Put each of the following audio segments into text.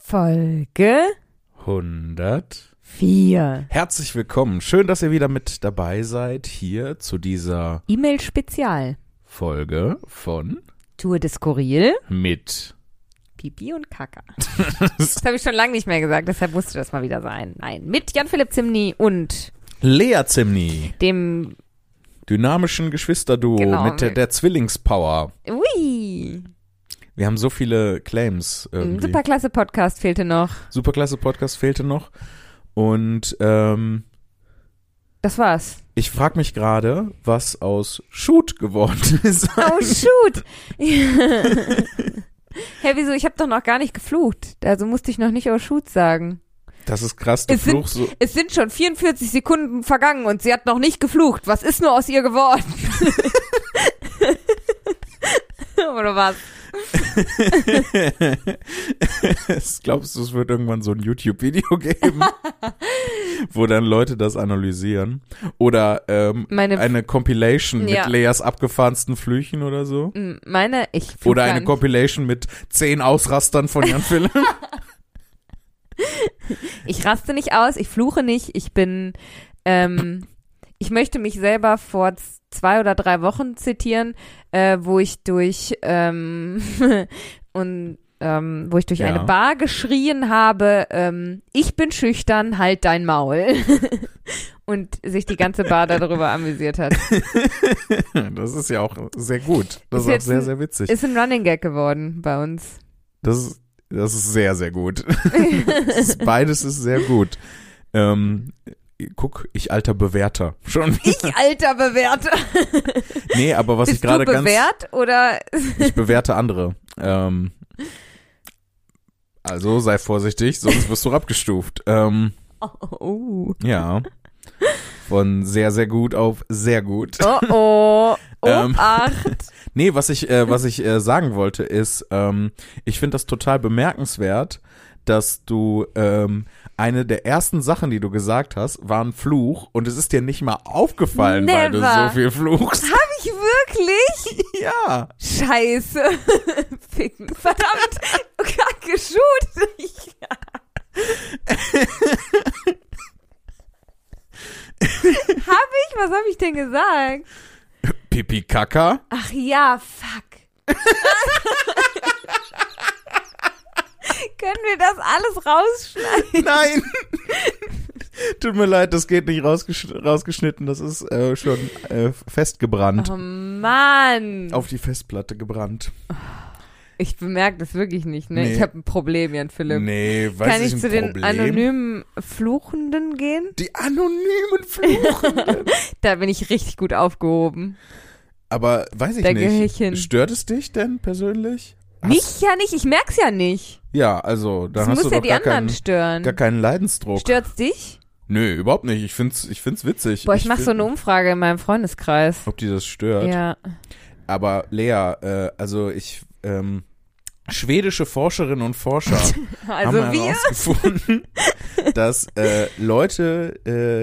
Folge 100. 4. Herzlich willkommen. Schön, dass ihr wieder mit dabei seid hier zu dieser E-Mail-Spezial. Folge von Tour des Kuril, mit. Pipi und Kaka. das habe ich schon lange nicht mehr gesagt, deshalb musste das mal wieder sein. Nein, mit Jan-Philipp Zimny und Lea Zimni, dem dynamischen Geschwisterduo Genau. mit der, der Zwillingspower. Ui, Wir haben so viele Claims. Irgendwie. superklasse Podcast fehlte noch. Superklasse Podcast fehlte noch. Und ähm, Das war's. ich frage mich gerade, was aus Shoot geworden ist. Oh shoot. Hä, wieso? Ich habe doch noch gar nicht geflucht. Also musste ich noch nicht oh shoot sagen. Das ist krass. Du Es sind- fluchst so. Es sind schon 44 Sekunden vergangen und sie hat noch nicht geflucht. Was ist nur aus ihr geworden? Oder was? Das glaubst du, es wird irgendwann so ein YouTube-Video geben, wo dann Leute das analysieren? Oder ähm, Meine, eine Compilation Ja. mit Leas abgefahrensten Flüchen oder so? m, meine, ich. fluch Oder gar eine nicht. Compilation mit zehn Ausrastern von Jan Philipp? Ich raste nicht aus, ich fluche nicht, ich bin, ähm, ich möchte mich selber vor z- zwei oder drei Wochen zitieren, äh, wo ich durch, ähm, und, ähm, wo ich durch Ja. eine Bar geschrien habe, ähm, ich bin schüchtern, halt dein Maul. und sich die ganze Bar darüber amüsiert hat. das ist ja auch sehr gut. Das Ist ist, auch jetzt sehr, ein- sehr witzig. Ist ein Running Gag geworden bei uns. Das ist, das ist sehr, sehr gut. Das ist, beides ist sehr gut. Ähm, guck, ich alter Bewerter. Schon. Ich alter Bewerter. Nee, aber was ich Bist du gerade ganz. bewährt oder Ich bewerte andere. Ähm, also sei vorsichtig, sonst wirst du abgestuft. Ähm, oh. ja. Von sehr, sehr gut auf sehr gut. Oh oh. Ähm. Obacht. Nee, was ich, äh, was ich äh, sagen wollte, ist, ähm, ich finde das total bemerkenswert, dass du ähm, eine der ersten Sachen, die du gesagt hast, war ein Fluch und es ist dir nicht mal aufgefallen, weil du Never. so viel fluchst. Hab ich wirklich? ja. Scheiße. Ficken. Verdammt. Oh, Kacke, shoot. Ich- hab ich? Was hab ich denn gesagt? Pipi Kaka. Ach ja, fuck. Können wir das alles rausschneiden? Nein! Tut mir leid, das geht nicht rausgesch rausgeschnitten, das ist äh, schon äh, festgebrannt. Oh Mann. Auf die Festplatte gebrannt. Ich bemerke das wirklich nicht, ne? Nee. Ich habe ein Problem, Jan Philipp. Nee, weiß Kann ich ich ein zu den Problem? anonymen Fluchenden gehen? Die anonymen Fluchen. Da bin ich richtig gut aufgehoben. Aber weiß ich Da geh ich nicht. hin. Stört es dich denn persönlich? Hast- Mich ja nicht, ich merk's ja nicht. Ja, also, da Das hast muss du ja doch die gar, anderen keinen, gar stören. keinen Leidensdruck. Stört's dich? Nö, überhaupt nicht. Ich find's, ich find's witzig. Boah, ich, mach so find- eine Umfrage in meinem Freundeskreis. Ob die das stört? Ja. Aber Lea, äh, also ich, ähm, schwedische Forscherinnen und Forscher Also haben wir. herausgefunden, dass äh, Leute,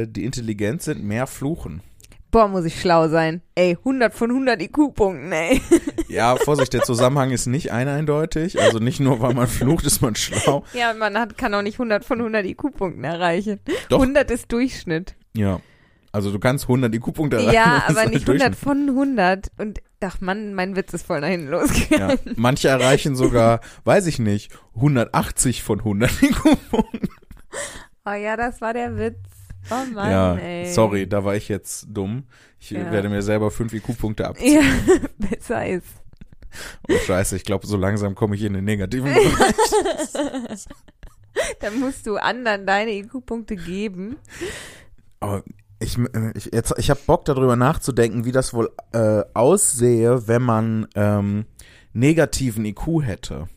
äh, die intelligent sind, mehr fluchen. Boah, muss ich schlau sein. Ey, 100 von 100 IQ-Punkten, ey. Ja, Vorsicht, der Zusammenhang ist nicht ein eindeutig. Also nicht nur, weil man flucht, ist man schlau. Ja, man hat, kann auch nicht 100 von 100 IQ-Punkten erreichen. Doch. 100 ist Durchschnitt. Ja. Also du kannst 100 IQ-Punkte erreichen. ja, das ist aber halt nicht 100 von 100. Und ach Mann, mein Witz ist voll nach hinten Durchschnitt. losgegangen. Ja. Manche erreichen sogar, weiß ich nicht, 180 von 100 IQ-Punkten. Oh ja, das war der Witz. Oh Mann, Ja, ey. sorry, da war ich jetzt dumm. Ich Ja. werde mir selber 5 IQ-Punkte ab. Ja, besser ist. Oh, scheiße, ich glaube, so langsam komme ich in den negativen Bereich. Dann musst du anderen deine IQ-Punkte geben. Aber ich, äh, ich, jetzt- ich habe Bock darüber nachzudenken, wie das wohl äh, aussehe, wenn man ähm, negativen IQ hätte.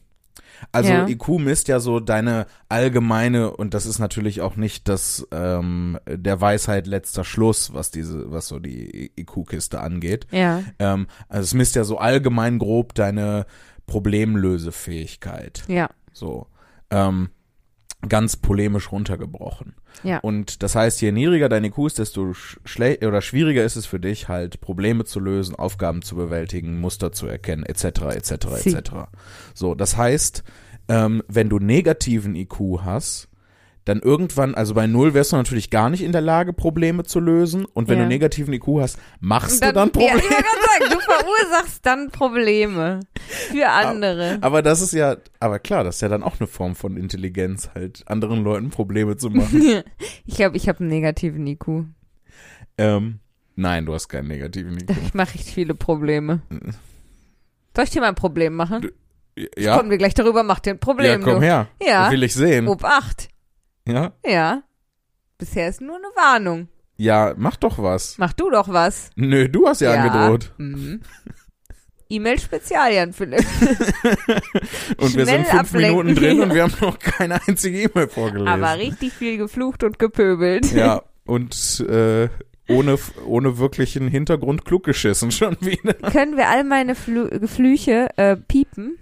Also Ja. IQ misst ja so deine allgemeine und das ist natürlich auch nicht das ähm, der Weisheit letzter Schluss, was diese was so die IQ-Kiste angeht. Ja. Ähm, also es misst ja so allgemein grob deine Problemlösefähigkeit. Ja. So. Ähm, ganz polemisch runtergebrochen. Ja. Und das heißt, je niedriger dein IQ ist, desto sch- schle- oder schwieriger ist es für dich, halt Probleme zu lösen, Aufgaben zu bewältigen, Muster zu erkennen, etc., etc., Sie. etc. So, das heißt, ähm, wenn du negativen IQ hast, dann irgendwann, also bei null wärst du natürlich gar nicht in der Lage, Probleme zu lösen. Und wenn Ja. du negativen IQ hast, machst du dann ja, Probleme. ich wollte gerade sagen, du verursachst dann Probleme für andere. Aber das ist ja, aber klar, das ist ja dann auch eine Form von Intelligenz, halt anderen Leuten Probleme zu machen. Ich glaube, ich habe einen negativen E IQ. ähm, nein, du hast keinen negativen IQ. Ich mache richtig viele Probleme. Soll ich dir mal ein Problem machen? Ja, Kommen wir gleich darüber, mach dir ein Problem. ja komm du. her. Ja, Will ich sehen. Ob 8. Ja? Ja. Bisher ist nur eine Warnung. ja, mach doch was. Mach du doch was. Nö, du hast ja, angedroht. Mhm. E-Mail-Spezial, Jan Philipp. Und wir Schnell sind fünf ablenken. Minuten drin und wir haben noch keine einzige E-Mail vorgelesen. Aber richtig viel geflucht und gepöbelt. ja, und äh, ohne, ohne wirklichen Hintergrund klug geschissen schon wieder. Können wir all meine Flu Geflüche äh, piepen?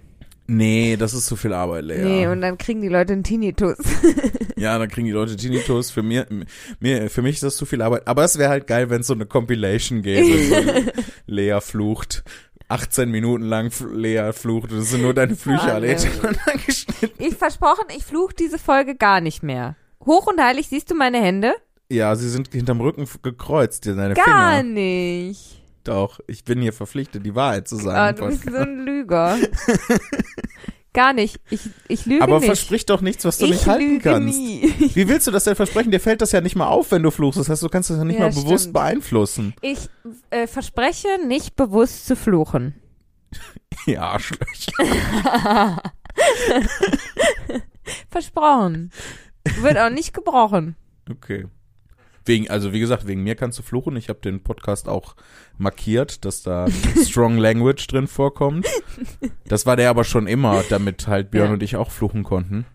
Nee, das ist zu viel Arbeit, Lea. Nee, und dann kriegen die Leute einen Tinnitus. Ja, dann kriegen die Leute Tinnitus. Für, mir, mir, für mich ist das zu viel Arbeit. Aber es wäre halt geil, wenn es so eine Compilation gäbe. So Lea flucht. 18 Minuten lang F- Lea flucht. Und es sind nur deine Flüche Ah, alle nee. hintereinander geschnitten. Ich versprochen, ich fluch diese Folge gar nicht mehr. Hoch und heilig, siehst du meine Hände? Ja, sie sind hinterm Rücken f- gekreuzt, dir deine Gar Finger. nicht. Doch, ich bin hier verpflichtet, die Wahrheit zu Ah, sagen. du bist so ein Lüger. gar nicht. Ich, ich lüge Aber nicht. versprich doch nichts, was du ich nicht halten lüge kannst. nie. Wie willst du das denn versprechen? Dir fällt das ja nicht mal auf, wenn du fluchst. Das heißt, du kannst das ja nicht Ja, mal bewusst stimmt. beeinflussen. Ich äh, verspreche, nicht bewusst zu fluchen. Ja, Arschlöcher. Versprochen. Wird auch nicht gebrochen. Okay. Wegen, also wie gesagt, wegen mir kannst du fluchen. Ich habe den Podcast auch markiert, dass da Strong Language drin vorkommt. Das war der aber schon immer, damit halt Björn Ja. und ich auch fluchen konnten.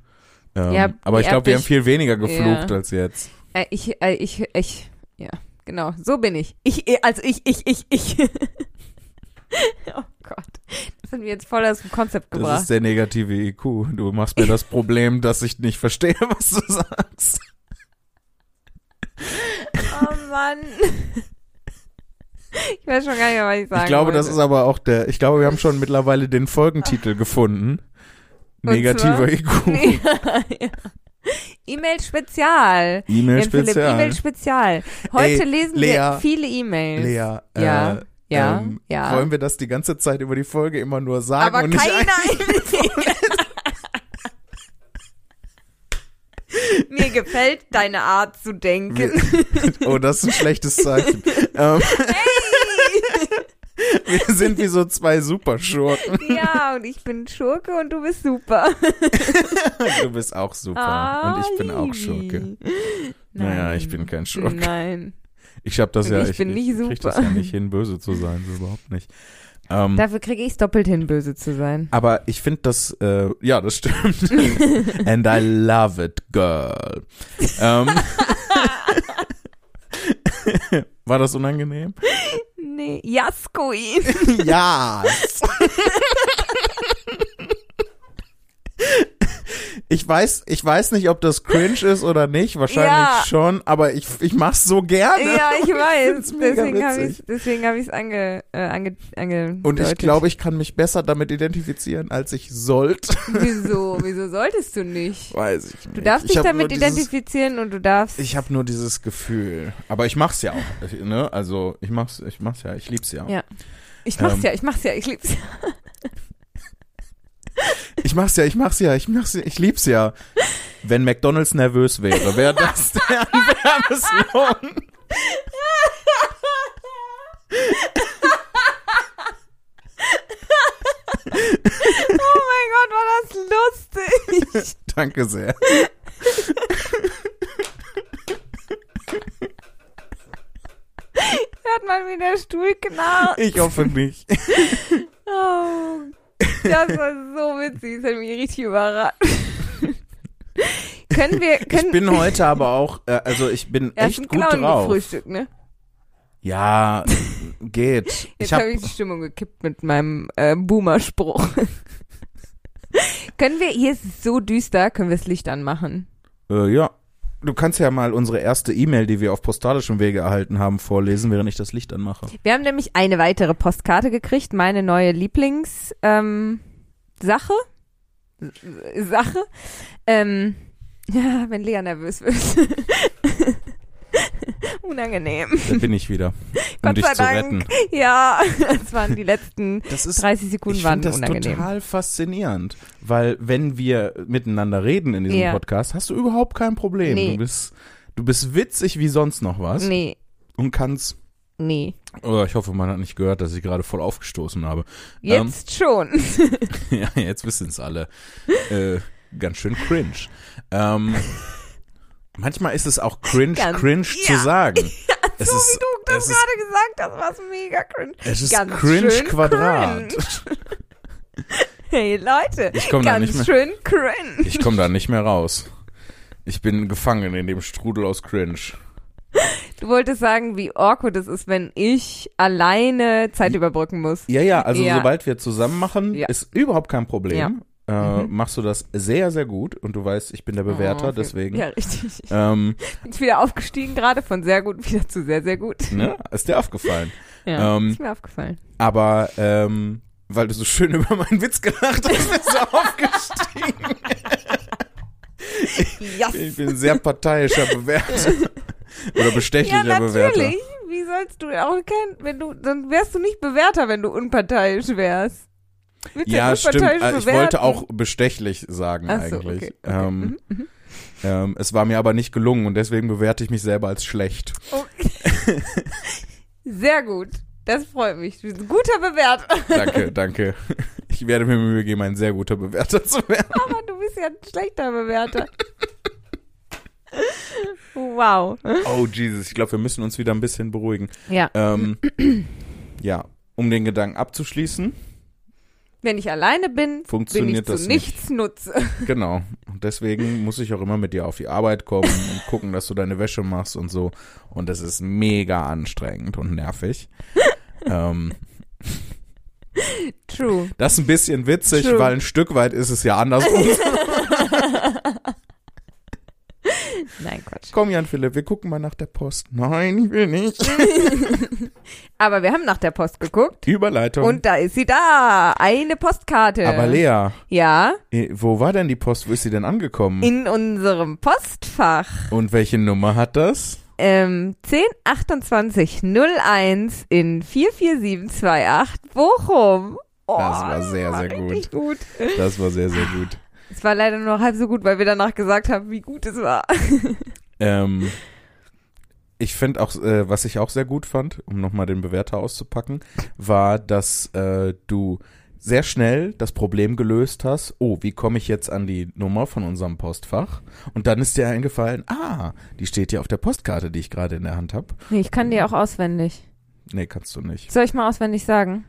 Ähm, Ja, aber ich ihr glaube, habt wir haben euch- viel weniger geflucht Ja. als jetzt. Äh, ich, äh, ich, ich, ja, genau, so bin ich. Ich, äh, also ich, ich, ich, ich. oh Gott, das sind wir jetzt voll aus dem Konzept Das gebracht. ist der negative IQ. Du machst mir das Problem, dass ich nicht verstehe, was du sagst. Oh Mann. ich weiß schon gar nicht mehr, was ich sagen Ich glaube, das ist wollte. aber auch der. Ich glaube, wir haben schon mittlerweile den Folgentitel gefunden. Und zwar? Negativer E IQ. Ja. E-Mail Spezial. Jan Philipp, E-Mail Spezial. E-Mail-Spezial. Heute Ey, lesen Lea. wir viele E-Mails. Lea, Ja, äh, ja, ähm, ja. wollen wir das die ganze Zeit über die Folge immer nur sagen aber und nicht ein keiner. Mir gefällt deine Art zu denken. Oh, das ist ein schlechtes Zeichen. ähm, wir sind wie so zwei Superschurken. Ja, und ich bin Schurke und du bist super. Du bist auch super Ah, und ich bin auch Livi. Schurke. Nein. Naja, ich bin kein Schurke. Nein. Ich hab das Und ja. ich bin nicht Ich krieg super. das ja nicht hin, böse zu sein, so überhaupt nicht. Ähm, Dafür kriege ich es doppelt hin, böse zu sein. aber ich finde das, äh, ja, das stimmt. And I love it, girl. ähm, war das unangenehm? Nee, Jaskoin. Ja. Ich weiß, ich weiß nicht, ob das cringe ist oder nicht. Wahrscheinlich Ja. schon, aber ich, ich mach's so gerne. ja, ich weiß. find's mega Deswegen habe witzig. ich deswegen hab ich's ange, äh, ange, angedeutet. Und ich glaube, ich kann mich besser damit identifizieren, als ich sollte. Wieso? Wieso solltest du nicht? Weiß ich nicht. Du darfst ich dich hab damit nur dieses- identifizieren und du darfst. Ich habe nur dieses Gefühl. Aber ich mach's ja auch. Ich, ne? Also ich mach's, ich mach's ja, ich lieb's ja. Ja. ich mach's ähm, ja, ich mach's ja, ich lieb's. Ich mach's ja, ich mach's ja, ich mach's ja, ich lieb's ja. Wenn McDonalds nervös wäre, wäre das der Werbeslogan. Oh mein Gott, war das lustig. Danke sehr. Hört man, wie der Stuhl knarrt. Ich hoffe nicht. Oh, das war so witzig, das hat mich richtig überrascht. können wir, können, Ich bin heute aber auch, äh, also ich bin Erst echt einen gut Clown drauf. gefrühstückt, ne? Ja, geht. Jetzt Ich hab, habe ich die Stimmung gekippt mit meinem äh, Boomer-Spruch. können wir, hier ist es so düster, können wir das Licht anmachen? äh, ja. Du kannst ja mal unsere erste E-Mail, die wir auf postalischem Wege erhalten haben, vorlesen, während ich das Licht anmache. Wir haben nämlich eine weitere Postkarte gekriegt, meine neue Lieblings, ähm, Sache. Sache. Ähm, ja, wenn Lea nervös wird. Unangenehm. Da bin ich wieder, um Gott dich sei zu Dank. retten. Ja, das waren die letzten Das ist 30 Sekunden ich waren finde das unangenehm. total faszinierend, weil wenn wir miteinander reden in diesem Ja. Podcast, hast du überhaupt kein Problem. Nee. Du bist du bist witzig wie sonst noch was Nee, und kannst nee. oh, ich hoffe, man hat nicht gehört, dass ich gerade voll aufgestoßen habe. Jetzt Ähm, schon. ja, jetzt wissen es alle. Äh, ganz schön cringe. Ähm, manchmal ist es auch cringe, Ganz- cringe zu ja. sagen. es so wie ist, du das es ist, gerade gesagt hast, war es mega cringe. es ist Ganz cringe schön Quadrat. cringe. Hey Leute, Ich komm da ganz nicht mehr- schön cringe. Ich komme da nicht mehr raus. Ich bin gefangen in dem Strudel aus Cringe. Du wolltest sagen, wie awkward es ist, wenn ich alleine Zeit überbrücken muss. Ja, ja, also Ja. sobald wir zusammen machen, Ja. Mhm. ist überhaupt kein Problem. Äh, Machst du das sehr, sehr gut und du weißt, ich bin der Bewerter, Oh, deswegen. Ja, richtig. Ähm, Ich bin wieder aufgestiegen gerade von sehr gut wieder zu sehr, sehr gut. ne? Ist dir aufgefallen. Ja, Ähm, ist mir aufgefallen. Aber ähm, weil du so schön über meinen Witz gelacht hast, ist er aufgestiegen. Ich Yes. bin ein sehr parteiischer Bewerter. Oder bestechlicher Ja, Bewerter. natürlich. Wie sollst du denn auch kennen, wenn du, dann wärst du nicht Bewerter, wenn du unparteiisch wärst. Willst du Ja, denn stimmt. unparteiisch Äh, Ich bewerten? wollte auch bestechlich sagen Ach so, okay, eigentlich. Mhm, okay. Ähm, ähm, es war mir aber nicht gelungen und deswegen bewerte ich mich selber als schlecht. Okay. Oh. Sehr gut. Das freut mich. Du bist ein guter Bewerter. Danke, danke. Ich werde mir Mühe geben, ein sehr guter Bewerter zu werden. Aber Oh du bist ja ein schlechter Bewerter. Wow. Oh Jesus, ich glaube, wir müssen uns wieder ein bisschen beruhigen. Ja. Ähm, ja, um den Gedanken abzuschließen, Wenn ich alleine bin, bin ich funktioniert zu das nichts nutze. nicht. Genau. Und deswegen muss ich auch immer mit dir auf die Arbeit kommen und gucken, dass du deine Wäsche machst und so. Und das ist mega anstrengend und nervig. ähm, True. das ist ein bisschen witzig, True. weil ein Stück weit ist es ja andersrum. Nein, Quatsch. Komm, Jan Philipp, wir gucken mal nach der Post. Nein, ich will nicht. Aber wir haben nach der Post geguckt Überleitung. und äh, da ist sie da. Eine Postkarte. Aber Lea, Ja, Äh, Wo war denn die Post? Wo ist sie denn angekommen? in unserem Postfach. Und welche Nummer hat das? Ähm, 10 28 01 in 44728 Bochum. Oh, Das war sehr, das war sehr richtig gut. Das war sehr, sehr gut. Es war leider nur noch halb so gut, weil wir danach gesagt haben, wie gut es war. Ähm, ich finde auch, äh, was ich auch sehr gut fand, um nochmal den Bewerter auszupacken, war, dass äh, du sehr schnell das Problem gelöst hast, oh, wie komme ich jetzt an die Nummer von unserem Postfach? Und dann ist dir eingefallen, ah, die steht hier auf der Postkarte, die ich gerade in der Hand habe. Nee, ich kann die auch auswendig. Nee, kannst du nicht. Soll ich mal auswendig sagen?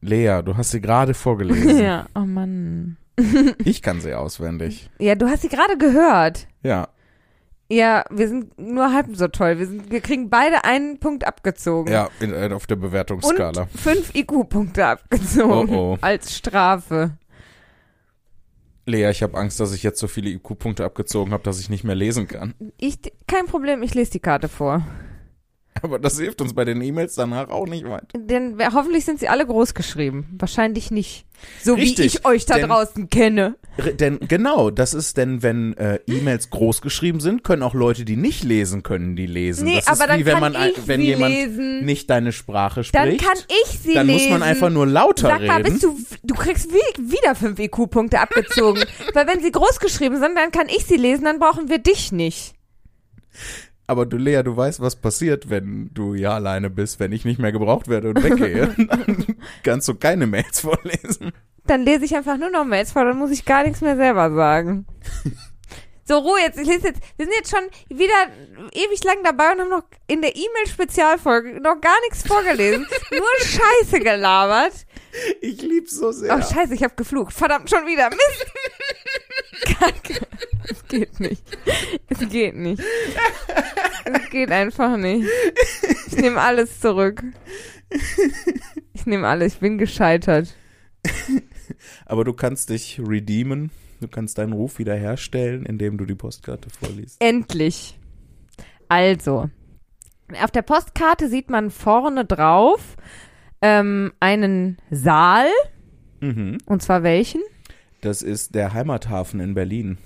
Lea, du hast sie gerade vorgelesen. oh Mann. Ich kann sie auswendig. Ja, du hast sie gerade gehört. Ja, Ja, wir sind nur halb so toll. Wir, sind, wir kriegen beide einen Punkt abgezogen. Ja, in, äh, auf der Und Bewertungsskala. fünf IQ-Punkte abgezogen. Oh, oh. Als Strafe. Lea, ich habe Angst, dass ich jetzt so viele IQ-Punkte abgezogen habe, dass ich nicht mehr lesen kann. Ich, kein Problem, ich lese die Karte vor. Aber das hilft uns bei den E-Mails danach auch nicht weit. Denn wer- hoffentlich sind sie alle groß geschrieben. Wahrscheinlich nicht. So wie Richtig, ich euch da denn- draußen kenne. R denn genau, das ist denn, wenn äh, E-Mails groß geschrieben sind, können auch Leute, die nicht lesen können, die lesen. Nee, das aber ist dann wie wenn kann man ein- ich wenn sie jemand lesen. nicht deine Sprache spricht, Dann kann ich sie dann muss lesen. man einfach nur lauter Sag mal, reden. bist du, du kriegst wie, wieder fünf IQ-Punkte abgezogen. Weil wenn sie groß geschrieben sind, dann kann ich sie lesen, dann brauchen wir dich nicht. aber du, Lea, du weißt, was passiert, wenn du ja alleine bist, wenn ich nicht mehr gebraucht werde und weggehe. dann kannst du keine Mails vorlesen. Dann lese ich einfach nur noch Mails vor, dann muss ich gar nichts mehr selber sagen. So, Ruhe jetzt, ich lese jetzt, wir sind jetzt schon wieder ewig lang dabei und haben noch in der E-Mail-Spezialfolge noch gar nichts vorgelesen, nur Scheiße gelabert. Ich lieb's so sehr. Oh, scheiße, ich habe geflucht. Verdammt, schon wieder. Mist. Kacke. Es geht nicht. Es geht nicht. Es geht einfach nicht. Ich nehme alles zurück. Ich nehme alles. Ich bin gescheitert. Aber du kannst dich redeemen. Du kannst deinen Ruf wiederherstellen, indem du die Postkarte vorliest. Endlich. Also, auf der Postkarte sieht man vorne drauf ähm, einen Saal. Mhm. Und zwar welchen? Das ist der Heimathafen in Berlin.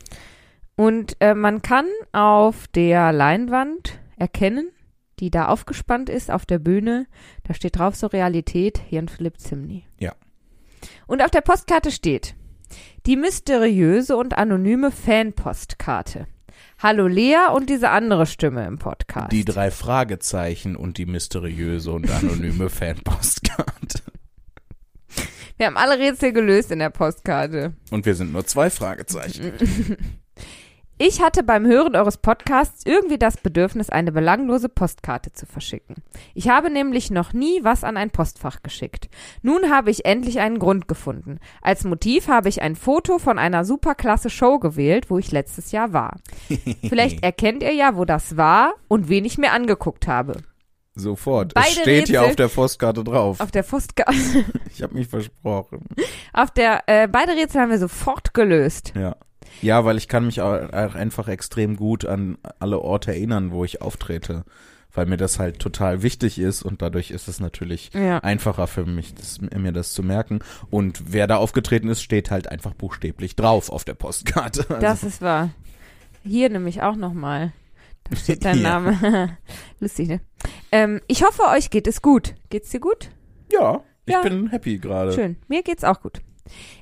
Und äh, man kann auf der Leinwand erkennen, die da aufgespannt ist, auf der Bühne, da steht drauf so Realität, Jan-Philipp Zimny. Ja. Und auf der Postkarte steht, die mysteriöse und anonyme Fanpostkarte. Hallo Lea und diese andere Stimme im Podcast. Die drei Fragezeichen und die mysteriöse und anonyme Fanpostkarte. Wir haben alle Rätsel gelöst in der Postkarte. Und wir sind nur zwei Fragezeichen. Mhm. Ich hatte beim Hören eures Podcasts irgendwie das Bedürfnis, eine belanglose Postkarte zu verschicken. Ich habe nämlich noch nie was an ein Postfach geschickt. Nun habe ich endlich einen Grund gefunden. Als Motiv habe ich ein Foto von einer superklasse Show gewählt, wo ich letztes Jahr war. Vielleicht erkennt ihr ja, wo das war und wen ich mir angeguckt habe. Sofort. Beide es steht hier Rätsel- auf der Postkarte drauf. Auf der Postkarte, Ich habe mich versprochen. auf der, äh, beide Rätsel haben wir sofort gelöst. Ja. Ja, weil ich kann mich au- auch einfach extrem gut an alle Orte erinnern, wo ich auftrete, weil mir das halt total wichtig ist und dadurch ist es natürlich Ja. einfacher für mich, das, mir das zu merken. Und wer da aufgetreten ist, steht halt einfach buchstäblich drauf auf der Postkarte. Also, Das ist wahr. Hier nämlich auch nochmal. Da steht dein Ja. Name. Lustig, ne? Ähm, ich hoffe, euch geht es gut. Geht's dir gut? ja, ich Ja. bin happy gerade. Schön. Mir geht's auch gut.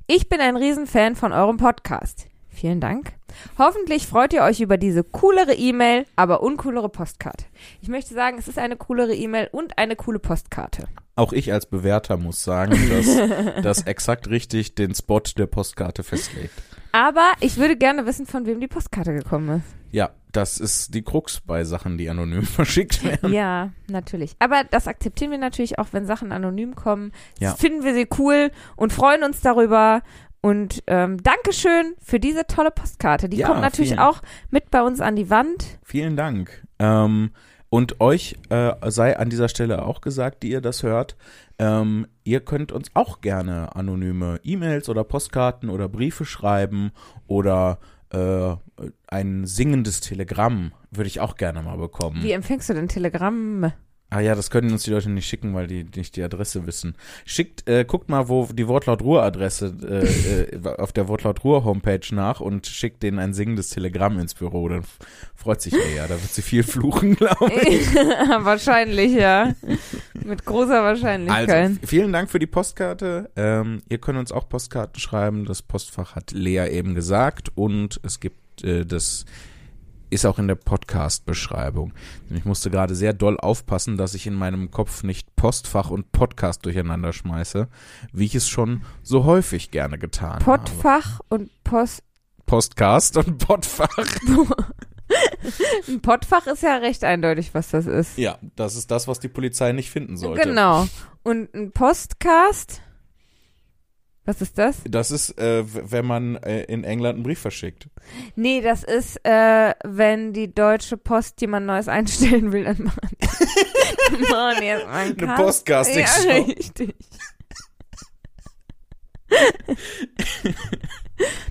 Ich bin ein Riesenfan von eurem Podcast. Vielen Dank. Hoffentlich freut ihr euch über diese coolere E-Mail, aber uncoolere Postkarte. Ich möchte sagen, es ist eine coolere E-Mail und eine coole Postkarte. Auch ich als Bewerter muss sagen, dass das exakt richtig den Spot der Postkarte festlegt. Aber ich würde gerne wissen, von wem die Postkarte gekommen ist. Ja, das ist die Krux bei Sachen, die anonym verschickt werden. Ja, natürlich. Aber das akzeptieren wir natürlich auch, wenn Sachen anonym kommen. Ja. Finden wir sie cool und freuen uns darüber. Und ähm, Dankeschön für diese tolle Postkarte. Die Ja, kommt natürlich vielen. auch mit bei uns an die Wand. Vielen Dank. Ähm, und euch äh, sei an dieser Stelle auch gesagt, die ihr das hört, ähm, ihr könnt uns auch gerne anonyme E-Mails oder Postkarten oder Briefe schreiben oder äh, ein singendes Telegramm würde ich auch gerne mal bekommen. Wie empfängst du denn Telegramm? Ah ja, das können uns die Leute nicht schicken, weil die nicht die Adresse wissen. Schickt, äh, guckt mal, wo die Wortlaut Ruhr Adresse äh, äh, auf der Wortlaut Ruhr Homepage nach und schickt denen ein singendes Telegramm ins Büro. Dann f- freut sich der ja. Da wird sie viel fluchen, glaube ich. Wahrscheinlich, ja. Mit großer Wahrscheinlichkeit. Also, v- vielen Dank für die Postkarte. Ähm, ihr könnt uns auch Postkarten schreiben. Das Postfach hat Lea eben gesagt. Und es gibt, äh, das ist auch in der Podcast-Beschreibung. Denn Ich musste gerade sehr doll aufpassen, dass ich in meinem Kopf nicht Postfach und Podcast durcheinander schmeiße, wie ich es schon so häufig gerne getan habe. Pottfach und Post. Postcast und Podfach. Ein Pottfach ist ja recht eindeutig, was das ist. Ja, das ist das, was die Polizei nicht finden sollte. Genau. Und ein Postcast. Was ist das? Das ist, äh, w- wenn man äh, in England einen Brief verschickt. Nee, das ist, äh, wenn die Deutsche Post jemand Neues einstellen will, dann machen die- machen die erst mal einen Eine Cast. Postcasting-Show. Ja, richtig.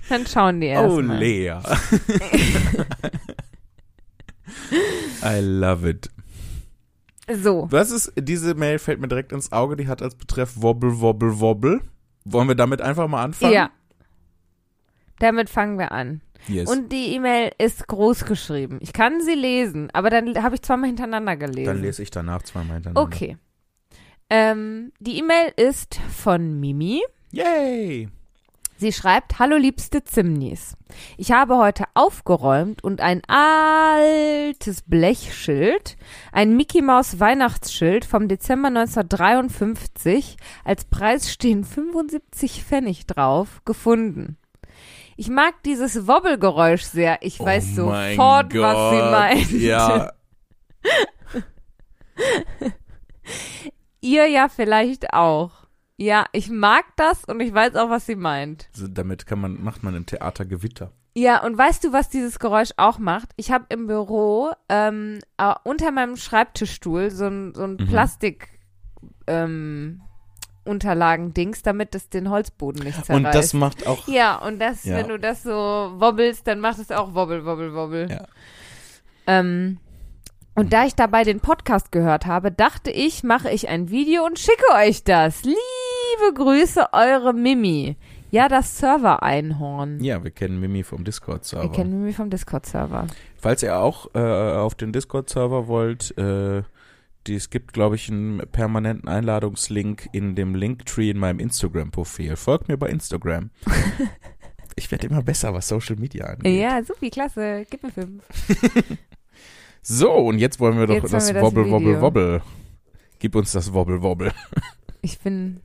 dann schauen die erst Oh, mal. Lea. I love it. So, Was ist, diese Mail fällt mir direkt ins Auge, die hat als Betreff Wobble, Wobble, Wobble. Wollen wir damit einfach mal anfangen? ja. Damit fangen wir an. Yes. Und die E-Mail ist groß geschrieben. Ich kann sie lesen, aber dann habe ich zweimal hintereinander gelesen. Dann lese ich danach zweimal hintereinander. Okay. Ähm, die E-Mail ist von Mimi. Yay! Sie schreibt, hallo liebste Zimnis. Ich habe heute aufgeräumt und ein altes Blechschild, ein Mickey Maus Weihnachtsschild vom Dezember 1953, als Preis stehen 75 Pfennig drauf, gefunden. Ich mag dieses Wobbelgeräusch sehr. Ich weiß oh mein sofort, Gott. was sie meint. Ja, Ihr ja vielleicht auch. Ja, ich mag das und ich weiß auch, was sie meint. so, damit kann man, macht man im Theater Gewitter. Ja, und weißt du, was dieses Geräusch auch macht? Ich habe im Büro ähm, äh, unter meinem Schreibtischstuhl so ein, so Mhm. ein Plastik ähm, Unterlagen-Dings, damit es den Holzboden nicht Und zerreißt. das macht auch, ja, und das, Ja. wenn du das so wobbelst, dann macht es auch wobbel, wobbel, wobbel. Ja. Ähm, und da ich dabei den Podcast gehört habe, dachte ich, mache ich ein Video und schicke euch das. Liebe Grüße, eure Mimi. Ja, das Server-Einhorn. Ja, wir kennen Mimi vom Discord-Server. Ihr kennt mich vom Discord-Server. Falls ihr auch äh, auf den Discord-Server wollt, äh, die, es gibt, glaube ich, einen permanenten Einladungslink in dem Linktree in meinem Instagram-Profil. Folgt mir bei Instagram. ich werde immer besser, was Social Media angeht. Ja, super, klasse. Gib mir fünf. So, und jetzt wollen wir doch Jetzt das, wollen wir das Wobble, Wobble, Video. Wobble. Gib uns das Wobble, Wobble. Ich bin.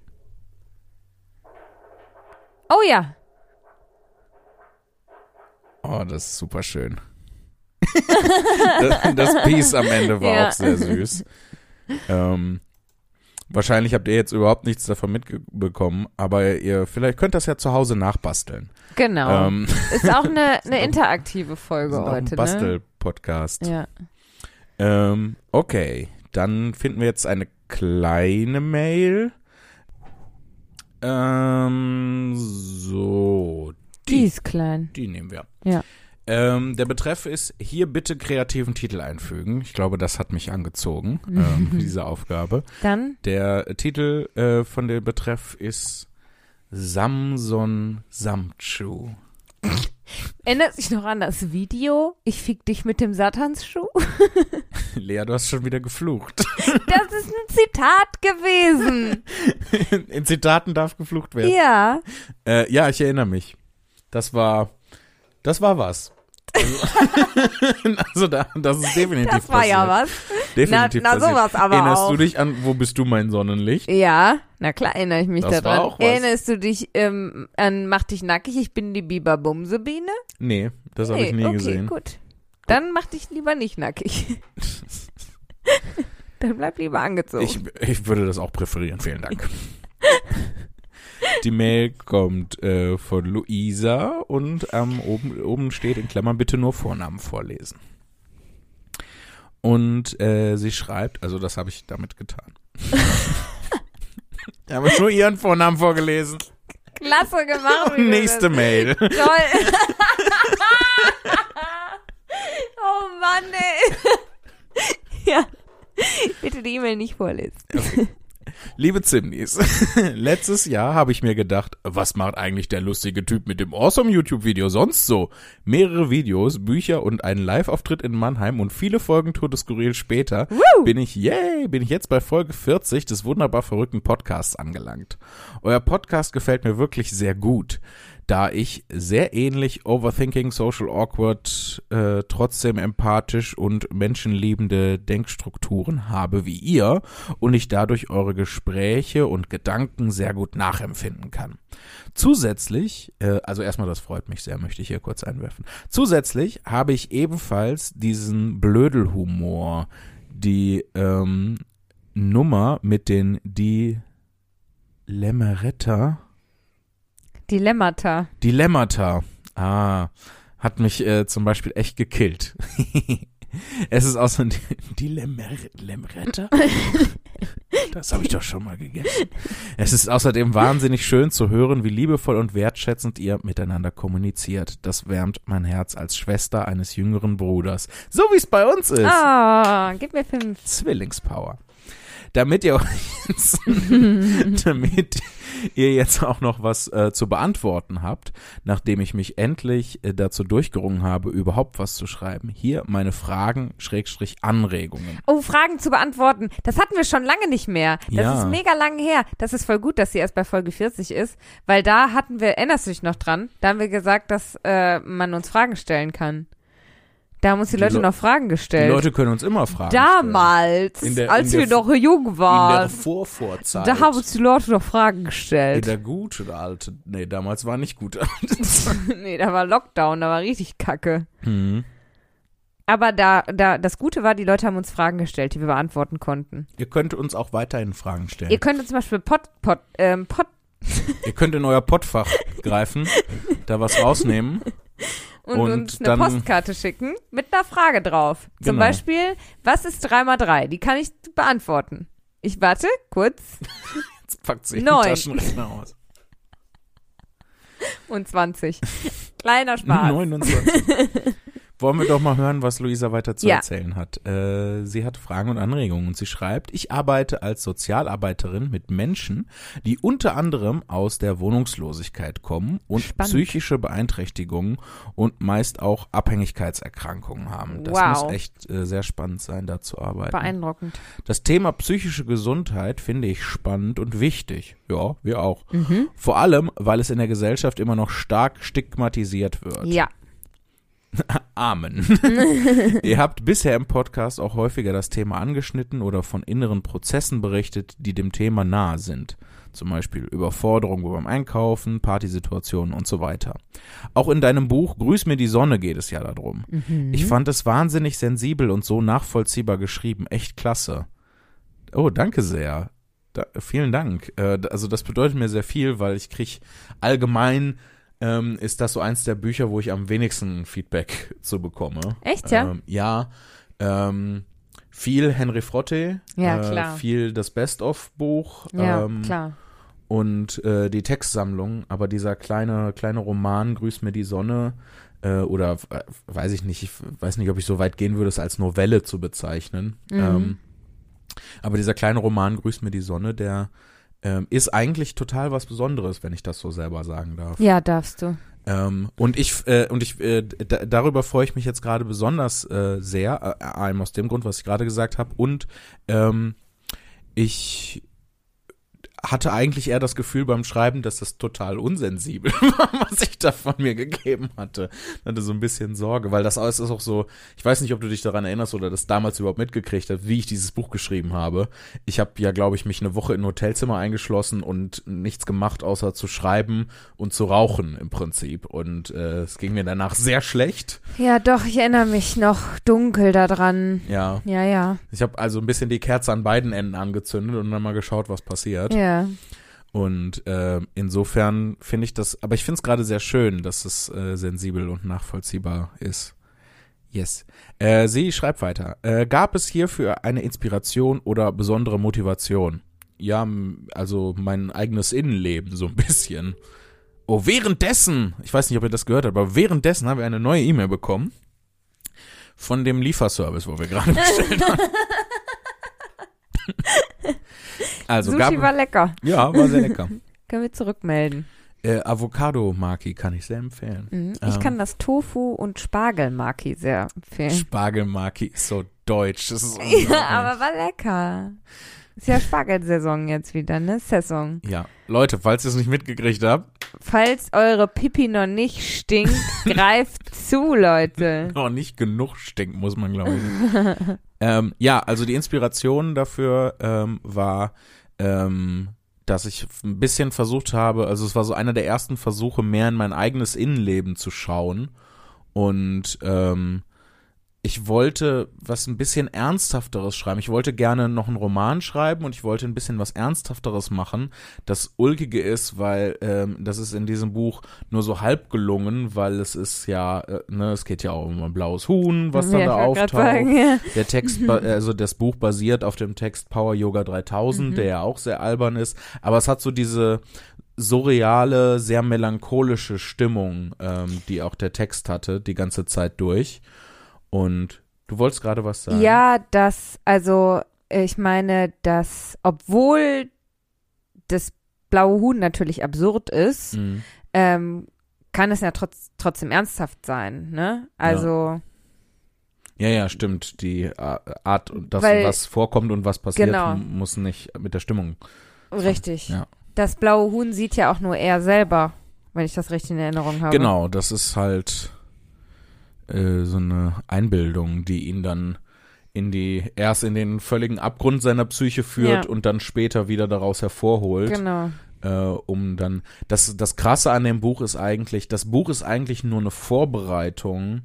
Oh ja. Oh, das ist super schön. das, das Peace am Ende war Ja. auch sehr süß. Ähm, wahrscheinlich habt ihr jetzt überhaupt nichts davon mitbekommen, aber ihr vielleicht könnt das ja zu Hause nachbasteln. Genau. Ähm, Ist auch eine, eine interaktive wir Folge sind auch ein heute, ne? Bastel-Podcast. Ja. Ähm, okay, dann finden wir jetzt eine kleine Mail. Ähm, so, Die ist klein. die nehmen wir. Ja. Ähm, der Betreff ist, hier bitte kreativen Titel einfügen. Ich glaube, das hat mich angezogen, ähm, diese Aufgabe. Dann Der Titel äh, von dem Betreff ist Samson Samtschuh. erinnert sich noch an das Video. Ich fick dich mit dem Satansschuh. Lea, du hast schon wieder geflucht. Das ist ein Zitat gewesen. In Zitaten darf geflucht werden. Ja. Äh, ja, ich erinnere mich. Das war, das war was. Also, also da, das ist definitiv Das war passiert. ja was. Definitiv Na- na, passiert. sowas aber Erinnerst auch. du dich an, wo bist du mein Sonnenlicht? Ja, na klar erinnere ich mich Das war daran. auch was. Erinnerst du dich ähm, an Mach dich nackig, ich bin die Biberbumsebiene? Nee, das habe ich nie okay, gesehen. gut. Dann mach dich lieber nicht nackig. Dann bleib lieber angezogen. Ich, ich würde das auch präferieren, vielen Dank. Die Mail kommt äh, von Luisa und am oben, oben steht in Klammern bitte nur Vornamen vorlesen. Und äh, sie schreibt, also das habe ich damit getan. Ich habe nur ihren Vornamen vorgelesen. Klasse gemacht. wie du Nächste Mail. das- Toll. oh Mann, ey. ja. Bitte die E-Mail nicht vorlesen. Liebe Zimnis, letztes Jahr habe ich mir gedacht, was macht eigentlich der lustige Typ mit dem Awesome YouTube-Video sonst so? Mehrere Videos, Bücher und einen Live-Auftritt in Mannheim und viele Folgen Tour des Skurril später bin ich, yay, bin ich jetzt bei Folge 40 des wunderbar verrückten Podcasts angelangt. Euer Podcast gefällt mir wirklich sehr gut, da ich sehr ähnlich Overthinking, Social Awkward, äh, trotzdem empathisch und menschenliebende Denkstrukturen habe wie ihr und ich dadurch eure Gespräche und Gedanken sehr gut nachempfinden kann. Zusätzlich, äh, also erstmal, das freut mich sehr, möchte ich hier kurz einwerfen. Zusätzlich habe ich ebenfalls diesen Blödelhumor, die ähm, Nummer mit den Dilemmata. Dilemmata. Dilemmata. Ah, hat mich äh, zum Beispiel echt gekillt. es ist auch so ein Dilemmata. Das habe ich doch schon mal gegessen. Es ist außerdem wahnsinnig schön zu hören, wie liebevoll und wertschätzend ihr miteinander kommuniziert. Das wärmt mein Herz als Schwester eines jüngeren Bruders. So wie es bei uns ist. Ah, gib mir fünf. Zwillingspower. Damit ihr, euch jetzt, damit ihr jetzt auch noch was äh, zu beantworten habt, nachdem ich mich endlich äh, dazu durchgerungen habe, überhaupt was zu schreiben, hier meine Fragen, Schrägstrich Anregungen. Oh, Fragen zu beantworten. Das hatten wir schon lange nicht mehr. Das Ja. ist mega lange her. Das ist voll gut, dass sie erst bei Folge 40 ist, weil da hatten wir, erinnerst du dich noch dran? Da haben wir gesagt, dass äh, man uns Fragen stellen kann. Da haben uns die, Die Leute Le- noch Fragen Die gestellt. Leute können uns immer fragen. Äh, Damals, In der- als in wir der- noch jung stellen. In der waren, Vorvorzeit. da haben uns die Leute noch Fragen in gestellt. der guten alten. Nee, damals war nicht gut. nee, da war Lockdown, da war richtig kacke. hm. Aber da, da, das Gute war, die Leute haben uns Fragen gestellt, die wir beantworten konnten. Ihr könnt uns auch weiterhin Fragen stellen. Ihr könnt uns zum Beispiel Pod, Pod, ähm, Pod, ihr könnt in euer Pottfach greifen, da was rausnehmen. und, Und uns eine dann- Postkarte schicken mit einer Frage drauf. Zum Genau. Beispiel, was ist 3x3? Die kann ich beantworten. Ich warte kurz Jetzt packt sie den Neun. Taschenrechner aus. und 20. Kleiner Spaß. 29. Wollen wir doch mal hören, was Luisa weiter zu Ja. erzählen hat. Äh, sie hat Fragen und Anregungen und sie schreibt, ich arbeite als Sozialarbeiterin mit Menschen, die unter anderem aus der Wohnungslosigkeit kommen und Spannend. psychische Beeinträchtigungen und meist auch Abhängigkeitserkrankungen haben. Das Wow. muss echt äh, sehr spannend sein, da zu arbeiten. Beeindruckend. Das Thema psychische Gesundheit finde ich spannend und wichtig. Ja, wir auch. Mhm. Vor allem, weil es in der Gesellschaft immer noch stark stigmatisiert wird. Ja. Amen. Ihr habt bisher im Podcast auch häufiger das Thema angeschnitten oder von inneren Prozessen berichtet, die dem Thema nahe sind. Zum Beispiel Überforderung beim Einkaufen, Partysituationen und so weiter. Auch in deinem Buch Grüß mir die Sonne geht es ja darum. Ich fand es wahnsinnig sensibel und so nachvollziehbar geschrieben. Echt klasse. Oh, danke sehr. Da, vielen Dank. Äh, d- also das bedeutet mir sehr viel, weil ich krieg allgemein ähm, ist das so eins der Bücher, wo ich am wenigsten Feedback zu bekomme. Echt, ja? Ähm, ja. Ähm, viel Henry Frotte, Ja, äh, klar. viel das Best-of-Buch Ja, ähm, klar. und äh, die Textsammlung, aber dieser kleine, kleine Roman Grüß mir die Sonne äh, oder äh, weiß ich nicht, ich weiß nicht, ob ich so weit gehen würde, es als Novelle zu bezeichnen. Mhm. Ähm, aber dieser kleine Roman Grüß mir die Sonne, der ähm, ist eigentlich total was Besonderes, wenn ich das so selber sagen darf. Ja, darfst du. Ähm, und ich äh, und ich äh, d- darüber freue ich mich jetzt gerade besonders äh, sehr, äh, einem aus dem Grund, was ich gerade gesagt habe. Und ähm, ich hatte eigentlich eher das Gefühl beim Schreiben, dass das total unsensibel war, was ich da von mir gegeben hatte. Ich hatte so ein bisschen Sorge, weil das alles ist auch so, ich weiß nicht, ob du dich daran erinnerst oder das damals überhaupt mitgekriegt hast, wie ich dieses Buch geschrieben habe. Ich habe ja, glaube ich, mich eine Woche in ein Hotelzimmer eingeschlossen und nichts gemacht, außer zu schreiben und zu rauchen im Prinzip. Und äh, es ging mir danach sehr schlecht. Ja, doch, ich erinnere mich noch dunkel daran. Ja, Ja, ja. ich habe also ein bisschen die Kerze an beiden Enden angezündet und dann mal geschaut, was passiert. Ja. Und äh, insofern finde ich das, aber ich finde es gerade sehr schön, dass es äh, sensibel und nachvollziehbar ist. Yes. Äh, sie schreibt weiter. Äh, gab es hierfür eine Inspiration oder besondere Motivation? Ja, m- also mein eigenes Innenleben so ein bisschen. Oh, währenddessen, ich weiß nicht, ob ihr das gehört habt, aber währenddessen haben wir eine neue E-Mail bekommen von dem Lieferservice, wo wir gerade bestellt haben. also gab, Sushi war lecker. ja, war sehr lecker. Können wir zurückmelden. Äh, Avocado-Maki kann ich sehr empfehlen. Mhm. Ich Ähm. kann das Tofu- und Spargelmaki sehr empfehlen. Spargel-Maki ist so deutsch. Das ist unglaublich. Ja, aber war lecker. Ist ja Spargelsaison jetzt wieder, ne? Saison. ja, Leute, falls ihr es nicht mitgekriegt habt, Falls eure Pipi noch nicht stinkt, greift zu, Leute. noch nicht genug stinken, muss man glauben. ähm, ja, also die Inspiration dafür ähm, war, ähm, dass ich ein bisschen versucht habe, also es war so einer der ersten Versuche, mehr in mein eigenes Innenleben zu schauen. Und ähm, ich wollte was ein bisschen Ernsthafteres schreiben. Ich wollte gerne noch einen Roman schreiben und ich wollte ein bisschen was Ernsthafteres machen. Das Ulkige ist, weil ähm, das ist in diesem Buch nur so halb gelungen, weil es ist ja, äh, ne, es geht ja auch um ein blaues Huhn, was dann Ja, da ich wollte grad auftaucht. sagen, ja. Der Text, ba- Mhm. also das Buch basiert auf dem Text Power Yoga Mhm. 3000, der ja auch sehr albern ist, aber es hat so diese surreale, sehr melancholische Stimmung, ähm, die auch der Text hatte, die ganze Zeit durch. Und du wolltest gerade was sagen. Ja, das, also ich meine, dass obwohl das blaue Huhn natürlich absurd ist, Mhm. ähm, kann es ja trotz, trotzdem ernsthaft sein, ne? Also, Ja, ja, stimmt. Die äh, Art, und das, Weil- was vorkommt und was passiert, Genau. m- muss nicht mit der Stimmung. richtig. Ja. Das blaue Huhn sieht ja auch nur er selber, wenn ich das richtig in Erinnerung habe. Genau, das ist halt äh, so eine Einbildung, die ihn dann in die erst in den völligen Abgrund seiner Psyche führt Ja. und dann später wieder daraus hervorholt, Genau. äh, um dann das das krasse an dem Buch ist eigentlich, das Buch ist eigentlich nur eine Vorbereitung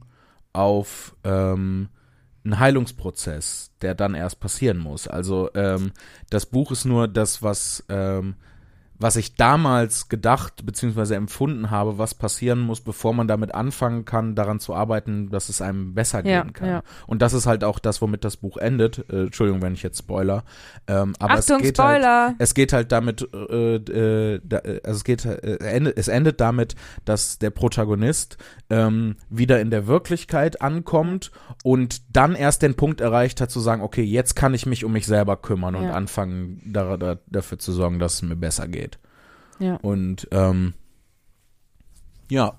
auf ähm, einen Heilungsprozess, der dann erst passieren muss. Also ähm, das Buch ist nur das, was ähm, was ich damals gedacht bzw. empfunden habe, was passieren muss, bevor man damit anfangen kann, daran zu arbeiten, dass es einem besser Ja, gehen kann. ja. Und das ist halt auch das, womit das Buch endet. Äh, Entschuldigung, wenn ich jetzt Spoiler. Ähm, aber Achtung, es geht Halt, Spoiler! es geht halt damit, äh, äh, da, äh, also es geht, äh, endet, es endet damit, dass der Protagonist ähm, wieder in der Wirklichkeit ankommt und dann erst den Punkt erreicht hat zu sagen, okay, jetzt kann ich mich um mich selber kümmern und Ja. anfangen da, da, dafür zu sorgen, dass es mir besser geht. Ja. Und ähm, ja.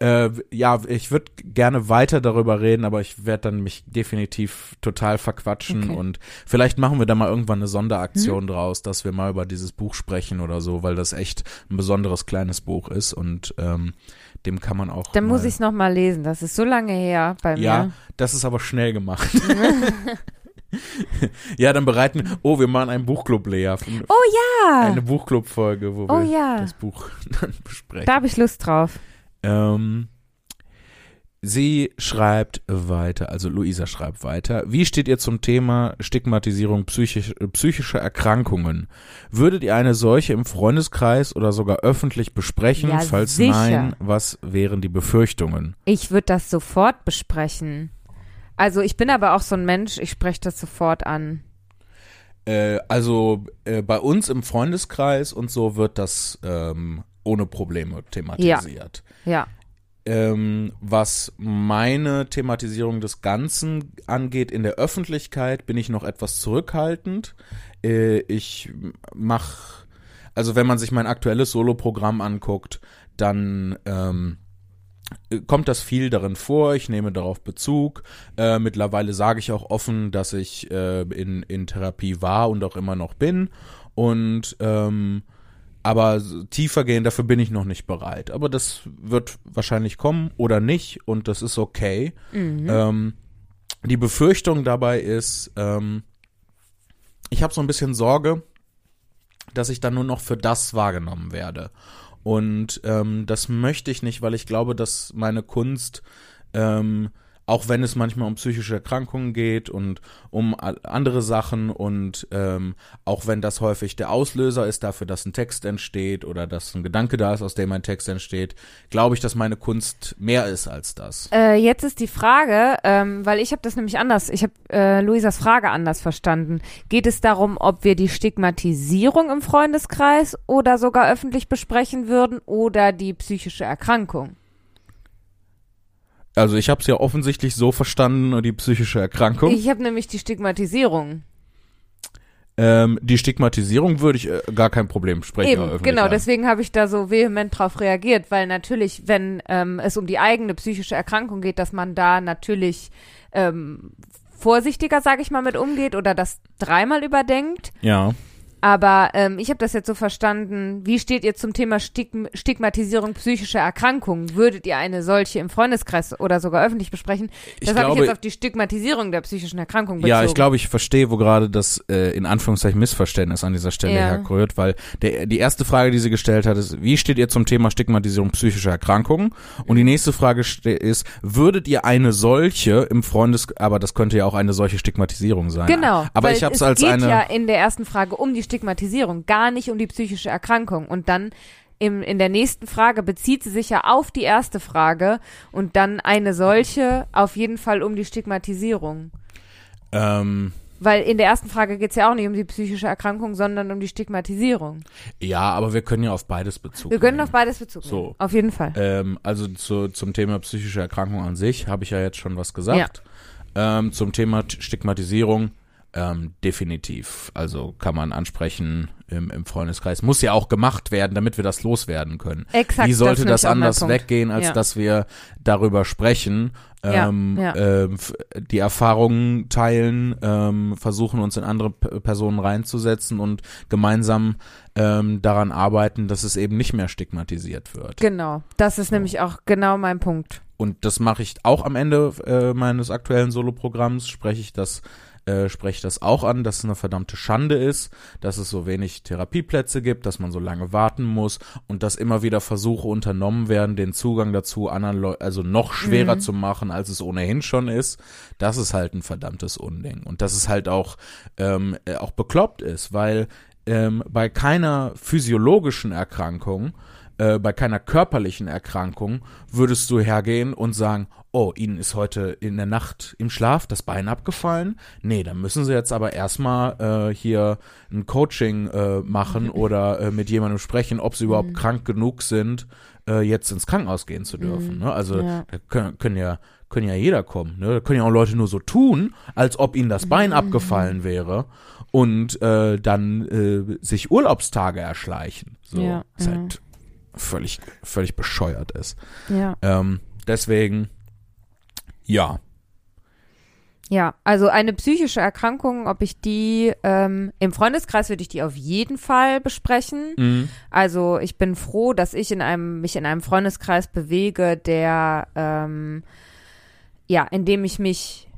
Äh, ja, ich würde gerne weiter darüber reden, aber ich werde dann mich definitiv total verquatschen Okay. Mhm. und vielleicht machen wir da mal irgendwann eine Sonderaktion draus, dass wir mal über dieses Buch sprechen oder so, weil das echt ein besonderes kleines Buch ist und ähm, dem kann man auch. Dann muss mal- ich es nochmal lesen. Das ist so lange her bei mir. Ja, das ist aber schnell gemacht. ja, dann bereiten. Oh, wir machen einen Buchclub, Lea. Oh ja! Eine Buchclub-Folge, wo Oh wir ja. das Buch dann besprechen. Da habe ich Lust drauf. Ähm, sie schreibt weiter, also Luisa schreibt weiter. Wie steht ihr zum Thema Stigmatisierung psychisch, äh, psychischer Erkrankungen? Würdet ihr eine solche im Freundeskreis oder sogar öffentlich besprechen? Ja, Falls sicher. nein, was wären die Befürchtungen? Ich würde das sofort besprechen. Also ich bin aber auch so ein Mensch, ich spreche das sofort an. Äh, also äh, bei uns im Freundeskreis und so wird das ähm, ohne Probleme thematisiert. Ja. Ähm, was meine Thematisierung des Ganzen angeht, in der Öffentlichkeit bin ich noch etwas zurückhaltend. Äh, ich mach, also wenn man sich mein aktuelles Soloprogramm anguckt, dann ähm, äh, kommt das viel darin vor, ich nehme darauf Bezug. Äh, mittlerweile sage ich auch offen, dass ich äh, in, in Therapie war und auch immer noch bin. Und ähm, aber so tiefer gehen, dafür bin ich noch nicht bereit. Aber das wird wahrscheinlich kommen oder nicht und das ist okay. Ähm, die Befürchtung dabei ist, ähm, ich habe so ein bisschen Sorge, dass ich dann nur noch für das wahrgenommen werde. Und ähm, das möchte ich nicht, weil ich glaube, dass meine Kunst, ähm, auch wenn es manchmal um psychische Erkrankungen geht und um a- andere Sachen und ähm, auch wenn das häufig der Auslöser ist dafür, dass ein Text entsteht oder dass ein Gedanke da ist, aus dem ein Text entsteht, glaube ich, dass meine Kunst mehr ist als das. Äh, jetzt ist die Frage, ähm, weil ich habe das nämlich anders, ich habe äh, Luisas Frage anders verstanden. Geht es darum, ob wir die Stigmatisierung im Freundeskreis oder sogar öffentlich besprechen würden oder die psychische Erkrankung? Also ich habe es ja offensichtlich so verstanden, die psychische Erkrankung. Ich habe nämlich die Stigmatisierung. Ähm, die Stigmatisierung würde ich äh, gar kein Problem sprechen. Eben, öffentlich genau, an. deswegen habe ich da so vehement drauf reagiert, weil natürlich, wenn ähm, es um die eigene psychische Erkrankung geht, dass man da natürlich ähm, vorsichtiger, sage ich mal, mit umgeht oder das dreimal überdenkt. Ja. Aber ähm, ich habe das jetzt so verstanden, wie steht ihr zum Thema Stigm Stigmatisierung psychischer Erkrankungen? Würdet ihr eine solche im Freundeskreis oder sogar öffentlich besprechen? Ich Das habe ich glaube- jetzt auf die Stigmatisierung der psychischen Erkrankung bezogen. Ja, ich glaube, ich verstehe, wo gerade das äh, in Anführungszeichen Missverständnis an dieser Stelle Ja. herrührt, weil der, die erste Frage, die sie gestellt hat, ist, wie steht ihr zum Thema Stigmatisierung psychischer Erkrankungen? Und die nächste Frage ste- ist, würdet ihr eine solche im Freundes, aber das könnte ja auch eine solche Stigmatisierung sein. Genau. Aber weil ich habe es es als geht eine. ja in der ersten Frage um die Stigmatisierung, gar nicht um die psychische Erkrankung. Und dann im, in der nächsten Frage bezieht sie sich ja auf die erste Frage und dann eine solche auf jeden Fall um die Stigmatisierung. ähm, Weil in der ersten Frage geht's ja auch nicht um die psychische Erkrankung, sondern um die Stigmatisierung. ja, aber wir können ja auf beides Bezug. Wir können nehmen. auf beides Bezug So. nehmen. Auf jeden Fall. Ähm, also zu, zum Thema psychische Erkrankung an sich habe ich ja jetzt schon was gesagt. Ähm, zum Thema T- Stigmatisierung ähm, definitiv. Also kann man ansprechen im, im Freundeskreis. Muss ja auch gemacht werden, damit wir das loswerden können. Exakt. Wie sollte das, das, anders weg? weggehen, als Ja. dass wir darüber sprechen, Ja, ähm, ja. ähm, f- die Erfahrungen teilen, ähm, versuchen uns in andere P Personen reinzusetzen und gemeinsam ähm, daran arbeiten, dass es eben nicht mehr stigmatisiert wird. Genau. Das ist nämlich auch genau mein Punkt. Und das mache ich auch am Ende äh, meines aktuellen Soloprogramms, spreche ich das äh, spreche das auch an, dass es eine verdammte Schande ist, dass es so wenig Therapieplätze gibt, dass man so lange warten muss und dass immer wieder Versuche unternommen werden, den Zugang dazu anderen Leu also noch schwerer zu machen, als es ohnehin schon ist. Das ist halt ein verdammtes Unding und dass es halt auch ähm, äh, auch bekloppt ist, weil ähm, bei keiner physiologischen Erkrankung, äh, bei keiner körperlichen Erkrankung würdest du hergehen und sagen, oh, ihnen ist heute in der Nacht im Schlaf das Bein abgefallen. Nee, dann müssen sie jetzt aber erstmal äh, hier ein Coaching äh, machen oder äh, mit jemandem sprechen, ob sie überhaupt krank genug sind, äh, jetzt ins Krankenhaus gehen zu dürfen. Ne? Also Ja. da können, können ja können ja jeder kommen. Ne? Da können ja auch Leute nur so tun, als ob ihnen das Bein abgefallen wäre und äh, dann äh, sich Urlaubstage erschleichen. So, Ja, was ja. halt völlig, völlig bescheuert ist. Ja. Ähm, deswegen, ja. Ja, also eine psychische Erkrankung, ob ich die ähm, im Freundeskreis würde ich die auf jeden Fall Mhm. besprechen. Also ich bin froh, dass ich in einem mich in einem Freundeskreis bewege, der ähm, ja, in dem ich mich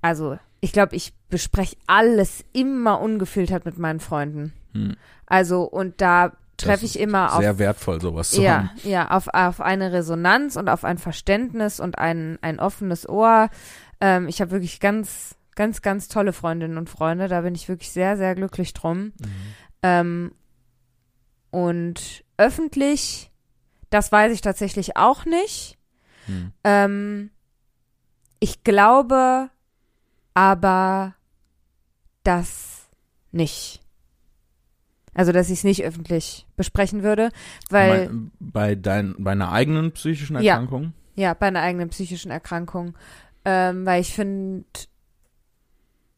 also ich glaube, ich bespreche alles immer ungefiltert mit meinen Freunden. Hm. Also und da Das treffe ich immer auf Sehr wertvoll, sowas zu ja, haben. ja, auf, auf eine Resonanz und auf ein Verständnis und ein, ein offenes Ohr. Ähm, ich habe wirklich ganz, ganz, ganz tolle Freundinnen und Freunde. Da bin ich wirklich sehr, sehr glücklich drum. Mhm. Ähm, und öffentlich, das weiß ich tatsächlich auch nicht. Hm. Ähm, ich glaube aber, dass nicht. Also, dass ich es nicht öffentlich besprechen würde, weil. Mein- bei, dein, bei einer eigenen psychischen Ja. Erkrankung? Ja, bei einer eigenen psychischen Erkrankung. Ähm, weil ich finde,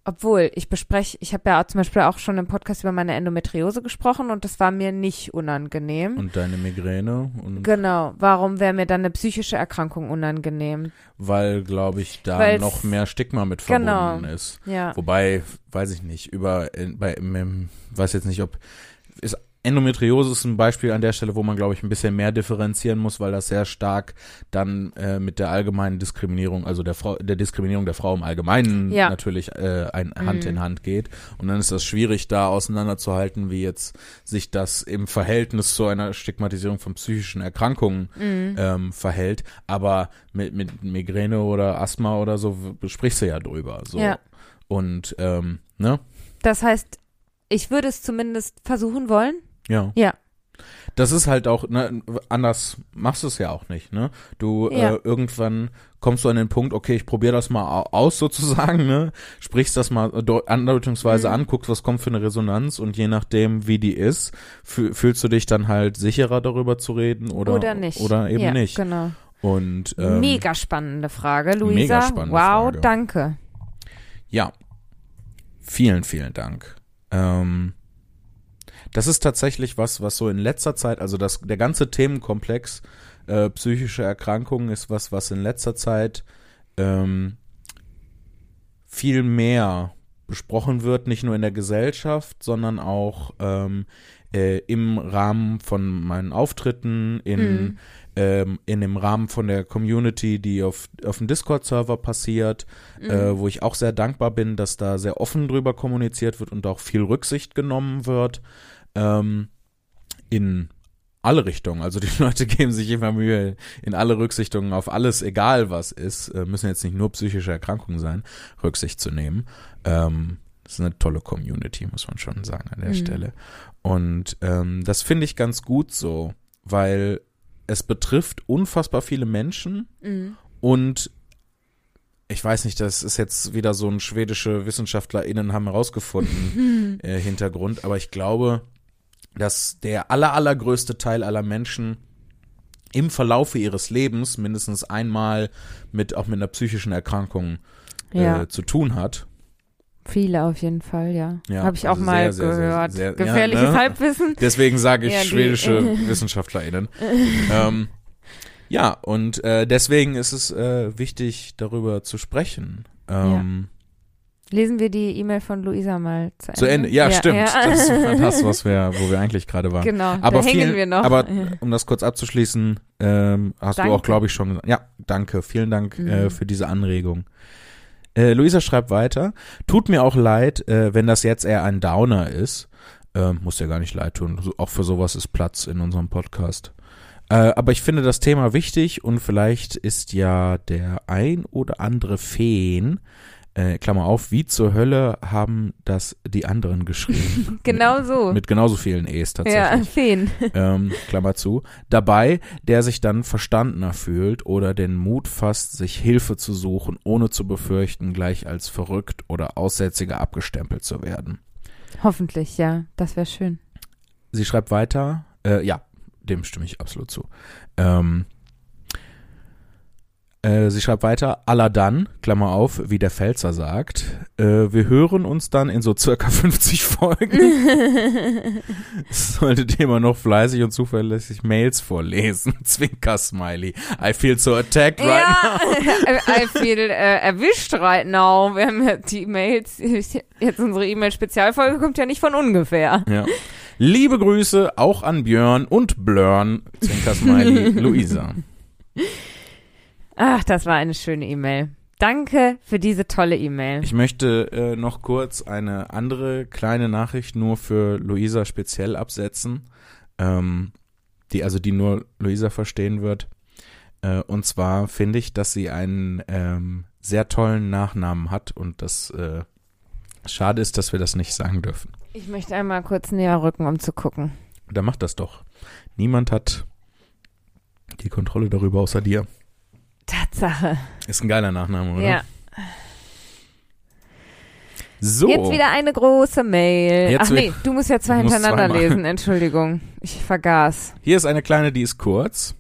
obwohl ich bespreche, ich habe ja auch zum Beispiel auch schon im Podcast über meine Endometriose gesprochen und das war mir nicht unangenehm. Und deine Migräne? Und Genau, warum wäre mir dann eine psychische Erkrankung unangenehm? weil, glaube ich, da Weil's- noch mehr Stigma mit Genau. verbunden ist. Ja. Wobei, weiß ich nicht, über, in, bei, im, im, weiß jetzt nicht, ob, ist, Endometriose ist ein Beispiel an der Stelle, wo man, glaube ich, ein bisschen mehr differenzieren muss, weil das sehr stark dann äh, mit der allgemeinen Diskriminierung, also der Frau, der Diskriminierung der Frau im Allgemeinen Ja. Mhm. natürlich äh, ein, Hand in Hand geht. Und dann ist das schwierig, da auseinanderzuhalten, wie jetzt sich das im Verhältnis zu einer Stigmatisierung von psychischen Erkrankungen Mhm. ähm, verhält. Aber mit, mit Migräne oder Asthma oder so w- sprichst du ja drüber. So. Ja. Und, ähm, ne? Das heißt, ich würde es zumindest versuchen wollen. Ja. Ja. Das ist halt auch, ne, anders machst du es ja auch nicht, ne? Du Ja. äh, irgendwann kommst du an den Punkt, okay, ich probiere das mal au- aus sozusagen, ne? Sprichst das mal deu- Mhm. andeutungsweise an, guckst, was kommt für eine Resonanz und je nachdem, wie die ist, fü- fühlst du dich dann halt sicherer darüber zu reden oder, Oder nicht. Oder eben ja, nicht. Genau. Und ähm, mega spannende Frage, Luisa. mega spannende wow, Frage. danke. Ja. Vielen, vielen Dank. Ähm, das ist tatsächlich was, was so in letzter Zeit, also das, der ganze Themenkomplex äh, psychische Erkrankungen ist was, was in letzter Zeit ähm, viel mehr besprochen wird, nicht nur in der Gesellschaft, sondern auch ähm, äh, im Rahmen von meinen Auftritten, in, Mhm. ähm, in dem Rahmen von der Community, die auf, auf dem Discord-Server passiert, äh, wo ich auch sehr dankbar bin, dass da sehr offen drüber kommuniziert wird und auch viel Rücksicht genommen wird ähm, in alle Richtungen. Also die Leute geben sich immer Mühe in alle Rücksichtungen auf alles, egal was ist, äh, müssen jetzt nicht nur psychische Erkrankungen sein, Rücksicht zu nehmen. Ähm, das ist eine tolle Community, muss man schon sagen an der Mhm. Stelle. Und ähm, das finde ich ganz gut so, weil es betrifft unfassbar viele Menschen. Mhm. Und ich weiß nicht, das ist jetzt wieder so ein schwedische WissenschaftlerInnen haben herausgefunden äh, Hintergrund, aber ich glaube, dass der aller, allergrößte Teil aller Menschen im Verlaufe ihres Lebens mindestens einmal mit auch mit einer psychischen Erkrankung äh, Ja, zu tun hat. viele auf jeden Fall, ja. Ja, Habe ich also auch mal sehr, sehr, sehr, gehört. sehr- ja, Gefährliches ne? Halbwissen. Deswegen sage ich Ja, die- schwedische WissenschaftlerInnen. ähm, ja, und äh, deswegen ist es äh, wichtig, darüber zu sprechen. Ähm, Lesen wir die E-Mail von Luisa mal zu Ende. Zu Ende, ja, stimmt. ja. Das ist das, was wir, wo wir eigentlich gerade waren. genau, aber da hängen vielen- wir noch. Aber um das kurz abzuschließen, ähm, hast Danke. du auch, glaube ich, schon gesagt. Ja, danke. Vielen Dank Mhm. äh, für diese Anregung. Äh, Luisa schreibt weiter. Tut mir auch leid, äh, wenn das jetzt eher ein Downer ist. Ähm, muss ja gar nicht leid tun. So- Auch für sowas ist Platz in unserem Podcast. Äh, aber ich finde das Thema wichtig und vielleicht ist ja der ein oder andere Feen, äh, äh, Klammer auf, wie zur Hölle haben das die anderen geschrieben? Genau so. Mit genauso vielen E's ja, tatsächlich. Feen. Ähm, Klammer zu. Dabei, der sich dann verstandener fühlt oder den Mut fasst, sich Hilfe zu suchen, ohne zu befürchten, gleich als verrückt oder Aussätziger abgestempelt zu werden. Hoffentlich, ja. Das wäre schön. Sie schreibt weiter, äh, ja, dem stimme ich absolut zu. Ähm, äh, sie schreibt weiter, aller dann, Klammer auf, wie der Pfälzer sagt, äh, wir hören uns dann in so circa 50 Folgen. Solltet ihr immer noch fleißig und zuverlässig Mails vorlesen. Zwinker-Smiley. I feel so attacked right ja, I I feel äh, erwischt right now. Wir haben ja die Mails, jetzt unsere E-Mail-Spezialfolge kommt ja nicht von ungefähr. Ja. Liebe Grüße auch an Björn und Blörn, Zwinker-Smiley, Luisa. Ach, das war eine schöne E-Mail. Danke für diese tolle E-Mail. Ich möchte äh, noch kurz eine andere kleine Nachricht nur für Luisa speziell absetzen, ähm, die also die nur Luisa verstehen wird. Äh, und zwar finde ich, dass sie einen ähm, sehr tollen Nachnamen hat und das äh, schade ist, dass wir das nicht sagen dürfen. Ich möchte einmal kurz näher rücken, um zu gucken. Dann macht das doch. Niemand hat die Kontrolle darüber außer dir. Tatsache. Ist ein geiler Nachname, oder? Ja. So. Jetzt wieder eine große Mail. Jetzt Ach nee, du musst ja zwei Ich muss hintereinander zweimal. lesen. Entschuldigung. Ich vergaß. Hier ist eine kleine, die ist kurz.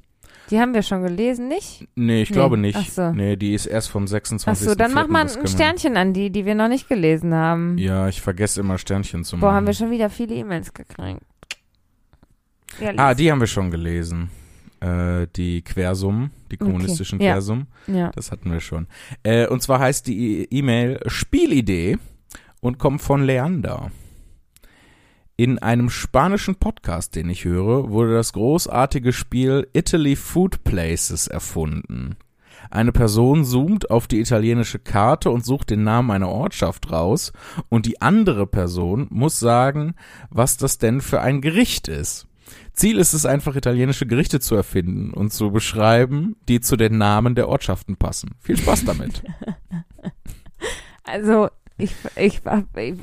Die haben wir schon gelesen, nicht? Nee, ich Nee, glaube nicht. ach so. Nee, die ist erst vom 26. Ach so, dann mach mal das ein können wir- Sternchen an die, die wir noch nicht gelesen haben. Ja, ich vergesse immer Sternchen zu machen. Boah, haben wir schon wieder viele E-Mails gekriegt. Ja, ah, lies. die haben wir schon gelesen. Äh, die Quersummen, die kommunistischen Okay, ja. Quersummen. ja. Das hatten wir schon. Äh, und zwar heißt die E- E-Mail Spielidee und kommt von Leander. In einem spanischen Podcast, den ich höre, wurde das großartige Spiel Italy Food Places erfunden. Eine Person zoomt auf die italienische Karte und sucht den Namen einer Ortschaft raus und die andere Person muss sagen, was das denn für ein Gericht ist. Ziel ist es einfach, italienische Gerichte zu erfinden und zu beschreiben, die zu den Namen der Ortschaften passen. Viel Spaß damit. Also, ich, ich, ich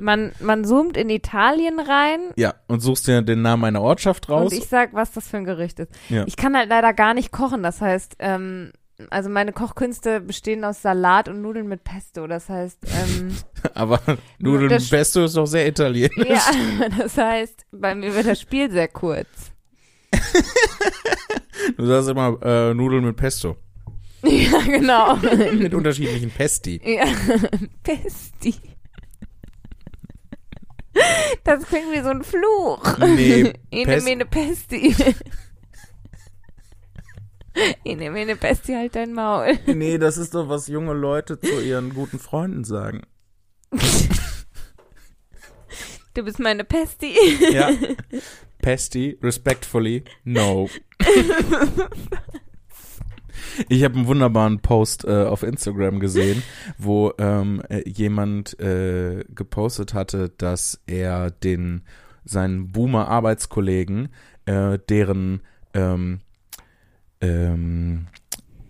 man, man zoomt in Italien rein ja, und suchst dir den Namen einer Ortschaft raus. und ich sag, was das für ein Gericht ist. Ja. Ich kann halt leider gar nicht kochen, das heißt, ähm, also meine Kochkünste bestehen aus Salat und Nudeln mit Pesto, das heißt, ähm, aber Nudeln Das- Pesto ist doch sehr italienisch. ja, das heißt, bei mir wird das Spiel sehr kurz. Du sagst immer äh, Nudeln mit Pesto. Ja, genau. mit unterschiedlichen Pesti. Ja, Pesti. Das klingt wie so ein Fluch. Nee, Ene Pest- mene Pesti. Ene mene Pesti, halt dein Maul. Nee, das ist doch, was junge Leute zu ihren guten Freunden sagen. Du bist meine Pesti. Ja. Pesti, respectfully, no. Ich habe einen wunderbaren Post äh, auf Instagram gesehen, wo ähm, äh, jemand äh, gepostet hatte, dass er den seinen Boomer Arbeitskollegen, äh, deren ähm, ähm,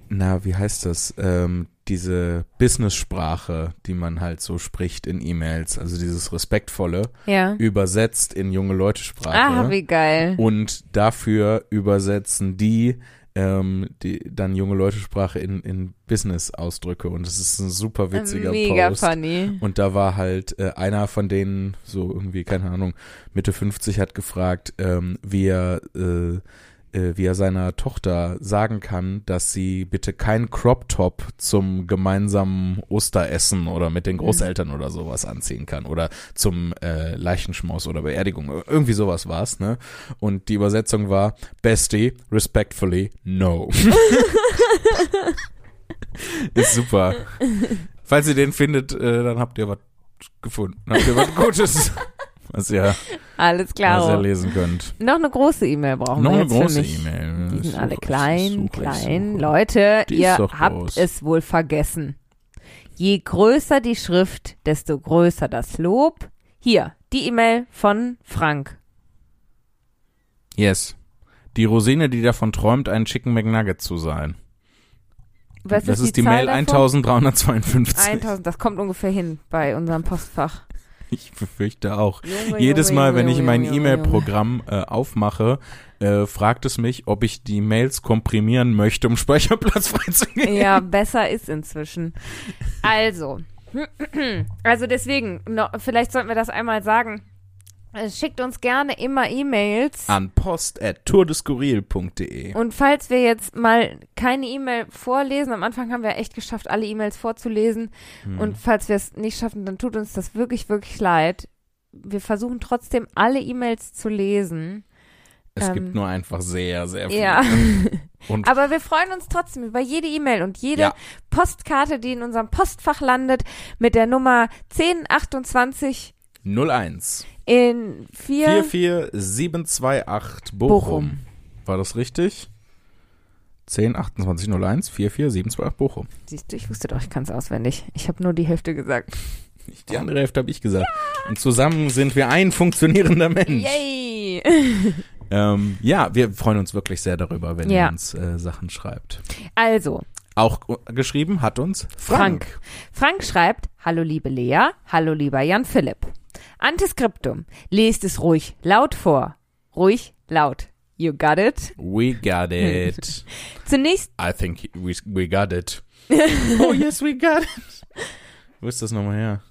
na, wie heißt das? Ähm, diese Business-Sprache, die man halt so spricht in E-Mails, also dieses respektvolle, Ja. übersetzt in junge Leute-Sprache. Ah, wie geil. und dafür übersetzen die, ähm, die dann junge Leute-Sprache in, in Business-Ausdrücke. Und es ist ein super Oh, witziger Mega Post. funny. Und da war halt äh, einer von denen, so irgendwie, keine Ahnung, Mitte 50 hat gefragt, ähm, wie er, äh, äh, wie er seiner Tochter sagen kann, dass sie bitte kein Crop Top zum gemeinsamen Osteressen oder mit den Großeltern oder sowas anziehen kann oder zum äh, Leichenschmaus oder Beerdigung. Irgendwie sowas war's, ne? Und die Übersetzung war Bestie, respectfully, no. Ist super. Falls ihr den findet, äh, dann habt ihr was gefunden. Habt ihr was Gutes, was ihr, Alles was ihr klar. lesen könnt. Noch eine große E-Mail brauchen Noch wir eine jetzt große für mich. E-Mail. Die Ich sind alle suche, ich klein, suche, ich klein. suche. Leute, Die ist ihr doch habt groß. es wohl vergessen. Je größer die Schrift, desto größer das Lob. Hier, die E-Mail von Frank. Yes. Die Rosine, die davon träumt, ein Chicken McNugget zu sein. Was das ist, die, Zahl Mail davon? 1352. 1000, das kommt ungefähr hin bei unserem Postfach. Ich befürchte auch. Jedes Mal, wenn ich mein E-Mail-Programm äh, aufmache, äh, fragt es mich, ob ich die Mails komprimieren möchte, um Speicherplatz freizugeben. Ja, besser ist inzwischen. Also, also deswegen, no, vielleicht sollten wir das einmal sagen. Äh, Schickt uns gerne immer E-Mails. An post.tourdeskurril.de. Und falls wir jetzt mal keine E-Mail vorlesen, am Anfang haben wir echt geschafft, alle E-Mails vorzulesen. Hm. Und falls wir es nicht schaffen, dann tut uns das wirklich, wirklich leid. Wir versuchen trotzdem, alle E-Mails zu lesen. Es ähm, gibt nur einfach sehr, sehr viel. Ja. Und Aber wir freuen uns trotzdem über jede E-Mail und jede Ja. Postkarte, die in unserem Postfach landet, mit der Nummer 1028 01 in 4. 44728 Bochum. Bochum. War das richtig? 10 28 01 44728 Bochum. Siehst du, ich wusste doch, ich kann es auswendig. Ich habe nur die Hälfte gesagt. Nicht die andere Hälfte habe ich gesagt. Und zusammen sind wir ein funktionierender Mensch. Yay! Ähm, ja, wir freuen uns wirklich sehr darüber, wenn Ja. ihr uns äh, Sachen schreibt. Also, Auch g- geschrieben hat uns Frank. Frank. Frank schreibt, hallo liebe Lea, hallo lieber Jan Philipp. Antiskriptum, lest es ruhig laut vor. Ruhig laut. You got it? We got it. Zunächst, I think we, we got it. Oh yes, we got it. Wo ist das nochmal her?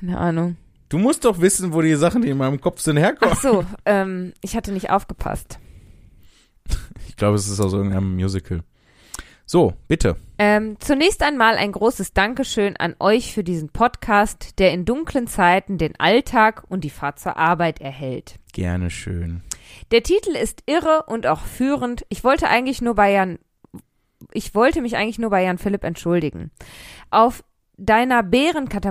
keine Ahnung. Du musst doch wissen, wo die Sachen, die in meinem Kopf sind, herkommen. Ach so, ähm, ich hatte nicht aufgepasst. Ich glaube, es ist aus irgendeinem Musical. So, bitte. Ähm, zunächst einmal ein großes Dankeschön an euch für diesen Podcast, der in dunklen Zeiten den Alltag und die Fahrt zur Arbeit erhält. Gerne schön. Der Titel ist irre und auch führend. Ich wollte eigentlich nur bei Jan, ich wollte mich eigentlich nur bei Jan Philipp entschuldigen. Auf deiner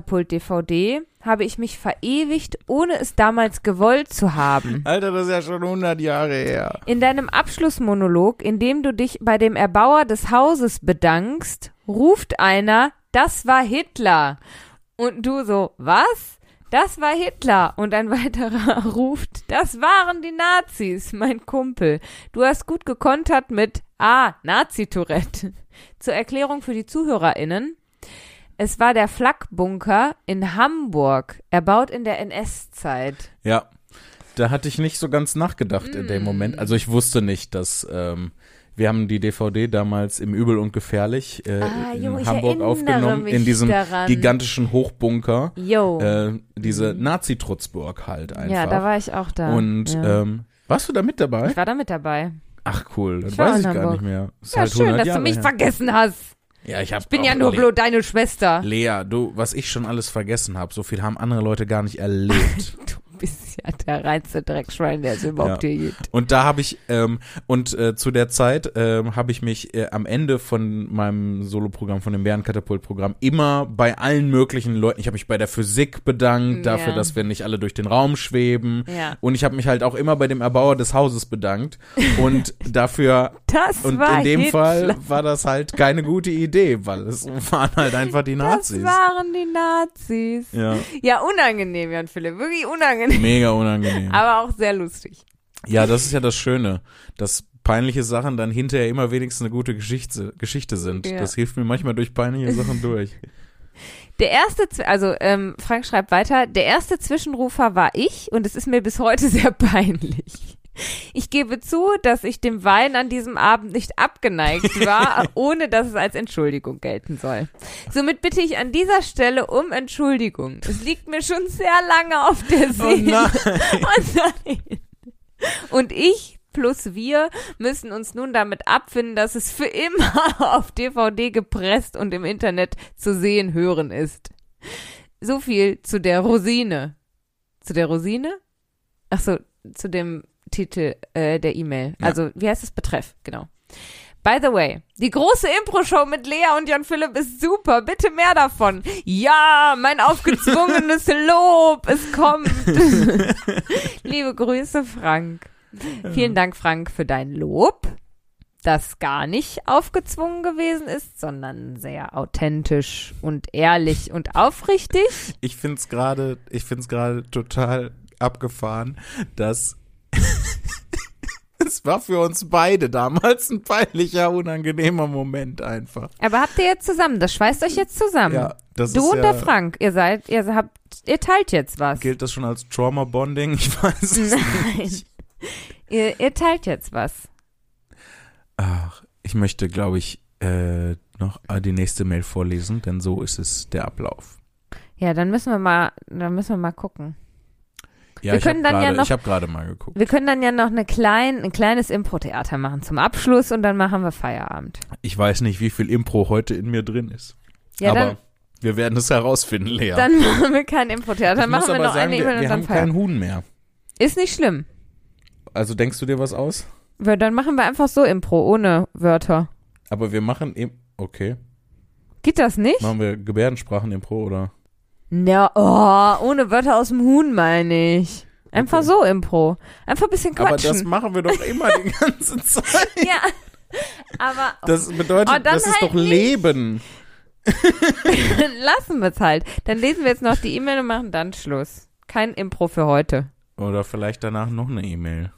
Bärenkatapult-DVD habe ich mich verewigt, ohne es damals gewollt zu haben. Alter, das ist ja schon 100 Jahre her. In deinem Abschlussmonolog, in dem du dich bei dem Erbauer des Hauses bedankst, ruft einer, das war Hitler. Und du so, was? Das war Hitler. Und ein weiterer ruft, das waren die Nazis, mein Kumpel. Du hast gut gekontert mit, ah, Nazi-Tourette. Zur Erklärung für die ZuhörerInnen. Es war der Flakbunker in Hamburg, erbaut in der NS-Zeit. Ja, da hatte ich nicht so ganz nachgedacht in Mm. dem Moment. Also ich wusste nicht, dass ähm, wir haben die DVD damals im Übel und Gefährlich äh, Ah, in jo, ich Hamburg erinnere aufgenommen, mich in diesem daran. gigantischen Hochbunker. Yo. Äh, diese Nazi-Trutzburg halt einfach. Mhm. Ja, da war ich auch da. Und ja. ähm, warst du da mit dabei? ich war da mit dabei. Ach cool, das ich war weiß ich in gar Hamburg. nicht mehr. Ist Ja, halt schön, 100 dass Jahre du mich her. vergessen hast. Ja, ich hab Ich bin auch ja nur Le- bloß deine Schwester. Lea, du, was ich schon alles vergessen habe, so viel haben andere Leute gar nicht erlebt. Du bist ja der reinste Dreckschwein, der es überhaupt Ja. hier gibt. Und da habe ich, ähm, und äh, zu der Zeit ähm, habe ich mich äh, am Ende von meinem Soloprogramm, von dem Bärenkatapult-Programm, immer bei allen möglichen Leuten, ich habe mich bei der Physik bedankt, Ja. dafür, dass wir nicht alle durch den Raum schweben. Ja. Und ich habe mich halt auch immer bei dem Erbauer des Hauses bedankt. Und dafür, Das und war in dem Hitler. Fall war das halt keine gute Idee, weil es waren halt einfach die Nazis. Das waren die Nazis. ja, Ja, unangenehm, Jan Philipp. Wirklich unangenehm. mega unangenehm. Aber auch sehr lustig. Ja, das ist ja das Schöne, dass peinliche Sachen dann hinterher immer wenigstens eine gute Geschichte, Geschichte sind. Ja. Das hilft mir manchmal durch peinliche Sachen durch. Der erste, Zw- also ähm, Frank schreibt weiter, der erste Zwischenrufer war ich und es ist mir bis heute sehr peinlich. Ich gebe zu, dass ich dem Wein an diesem Abend nicht abgeneigt war, ohne dass es als Entschuldigung gelten soll. Somit bitte ich an dieser Stelle um Entschuldigung. Es liegt mir schon sehr lange auf der Seele. Und, nein. und ich plus wir müssen uns nun damit abfinden, dass es für immer auf DVD gepresst und im Internet zu sehen, hören ist. So viel zu der Rosine. Zu der Rosine? Ach so, zu dem Titel äh, der E-Mail. Ja. Also, wie heißt es? Betreff, genau. By the way, die große Impro-Show mit Lea und Jan Philipp ist super. Bitte mehr davon. Ja, mein aufgezwungenes Lob. Es kommt. Liebe Grüße, Frank. Vielen Dank, Frank, für dein Lob, das gar nicht aufgezwungen gewesen ist, sondern sehr authentisch und ehrlich und aufrichtig. Ich find's gerade, ich find's gerade total abgefahren, dass Es war für uns beide damals ein peinlicher, unangenehmer Moment einfach. Aber habt ihr jetzt zusammen, das schweißt euch jetzt zusammen. Ja, das Ähm, du ist und ja, der Frank, ihr seid, ihr habt, ihr teilt jetzt was. Gilt das schon als Trauma Bonding? Ich weiß es Nein. nicht. ihr, ihr teilt jetzt was. Ach, ich möchte, glaube ich, äh, noch äh, die nächste Mail vorlesen, denn so ist es der Ablauf. Ja, dann müssen wir mal, dann müssen wir mal gucken. Ja, Wir ich habe können dann ja gerade noch- ich hab gerade mal geguckt. Wir können dann ja noch eine klein, ein kleines Impro-Theater machen zum Abschluss und dann machen wir Feierabend. Ich weiß nicht, wie viel Impro heute in mir drin ist. Ja, aber dann, wir werden es herausfinden, Lea. dann machen wir kein Impro-Theater, ich dann muss machen wir aber noch sagen, eine E-Mail wir, und wir dann haben keinen Feierabend. Huhn mehr. Ist nicht schlimm. Also denkst du dir was aus? Wir- Dann machen wir einfach so Impro, ohne Wörter. Aber wir machen eben. Okay. Geht das nicht? Machen wir Gebärdensprachen-Impro oder? Na, oh, ohne Wörter aus dem Huhn meine ich. Einfach so Impro. Einfach ein bisschen Aber das quatschen. machen wir doch immer die ganze Zeit. ja. Aber Das bedeutet, Oh, dann das ist halt doch Leben. dann lassen wir es halt. Dann lesen wir jetzt noch die E-Mail und machen dann Schluss. Kein Impro für heute. Oder vielleicht danach noch eine E-Mail.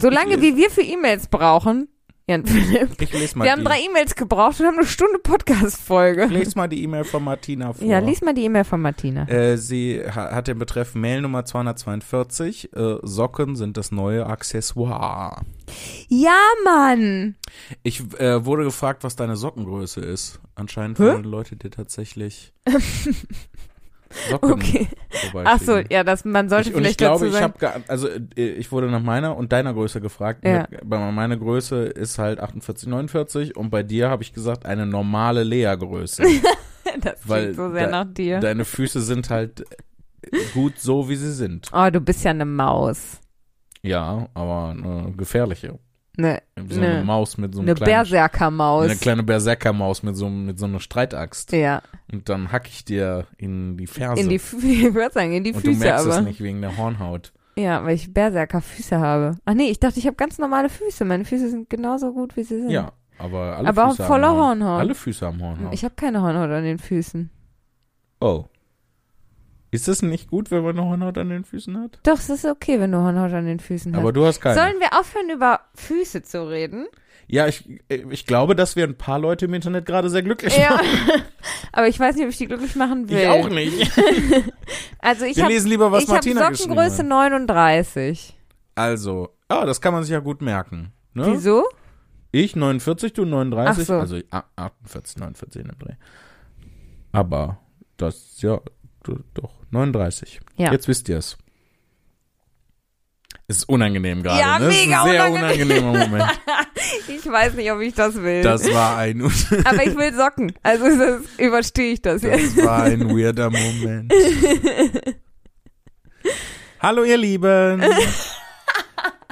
Solange Ich- wie wir für E-Mails brauchen, Jan Philipp. Ich lese mal, Wir haben die, drei E-Mails gebraucht und haben eine Stunde ich Podcast-Folge. lese mal die E-Mail von Martina vor. Ja, lies mal die E-Mail von Martina. Äh, sie ha hat den Betreff Mail Nummer 242. Äh, Socken sind das neue Accessoire. Ja, Mann! Ich äh, wurde gefragt, was deine Sockengröße ist. Anscheinend Hä? wollen Leute dir tatsächlich Socken Okay. Achso, vorbeischicken. ja, das, man sollte Genau. Ich, vielleicht und ich glaube, dazu ich sagen. habe also äh, ich wurde nach meiner und deiner Größe gefragt. Ja. Bei meiner Größe ist halt 48, 49 und bei dir habe ich gesagt eine normale Lea-Größe. das klingt weil so sehr da- nach dir. Deine Füße sind halt äh, gut so, wie sie sind. Oh, du bist ja eine Maus. Ja, aber eine gefährliche. Ne, So eine Ne. Maus mit so einem eine kleinen, eine Berserker-Maus. kleine Berserkermaus mit so, mit so einer Streitaxt. Ja, Und dann hack ich dir in die Ferse. in die, Fü- ich würde sagen, in die und du Füße merkst aber. es nicht wegen der Hornhaut. Ja, weil ich Berserker-Füße habe. Ach nee, ich dachte, ich habe ganz normale Füße. Meine Füße sind genauso gut, wie sie sind. Ja, aber alle Aber Füße haben voller Horn- Hornhaut. Alle Füße haben Hornhaut. Ich habe keine Hornhaut an den Füßen. Oh. Ist das nicht gut, wenn man eine Hornhaut an den Füßen hat? Doch, es ist okay, wenn du Hornhaut an den Füßen Aber hast. du hast keine. Sollen wir aufhören, über Füße zu reden? ja, ich, ich glaube, dass wir ein paar Leute im Internet gerade sehr glücklich Ja. machen. Aber ich weiß nicht, ob ich die glücklich machen will. Ich auch nicht. Also ich Wir habe lesen lieber, was ich hab Martina Sockengröße geschrieben hat. 39. Also, ah, das kann man sich ja gut merken. Ne? Wieso? Ich 49, du 39, Ach so. also ah, 48, 49 in dem Dreh. Aber das ist ja d- doch 39. Ja. Jetzt wisst ihr es. Es ist unangenehm gerade. Ja, ne? Es ist mega ein sehr unangenehm. unangenehmer Moment. Ich weiß nicht, ob ich das will. Das war ein, das Aber ich will Socken. Also das, überstehe ich das jetzt. war ein weirder Moment. Hallo ihr Lieben.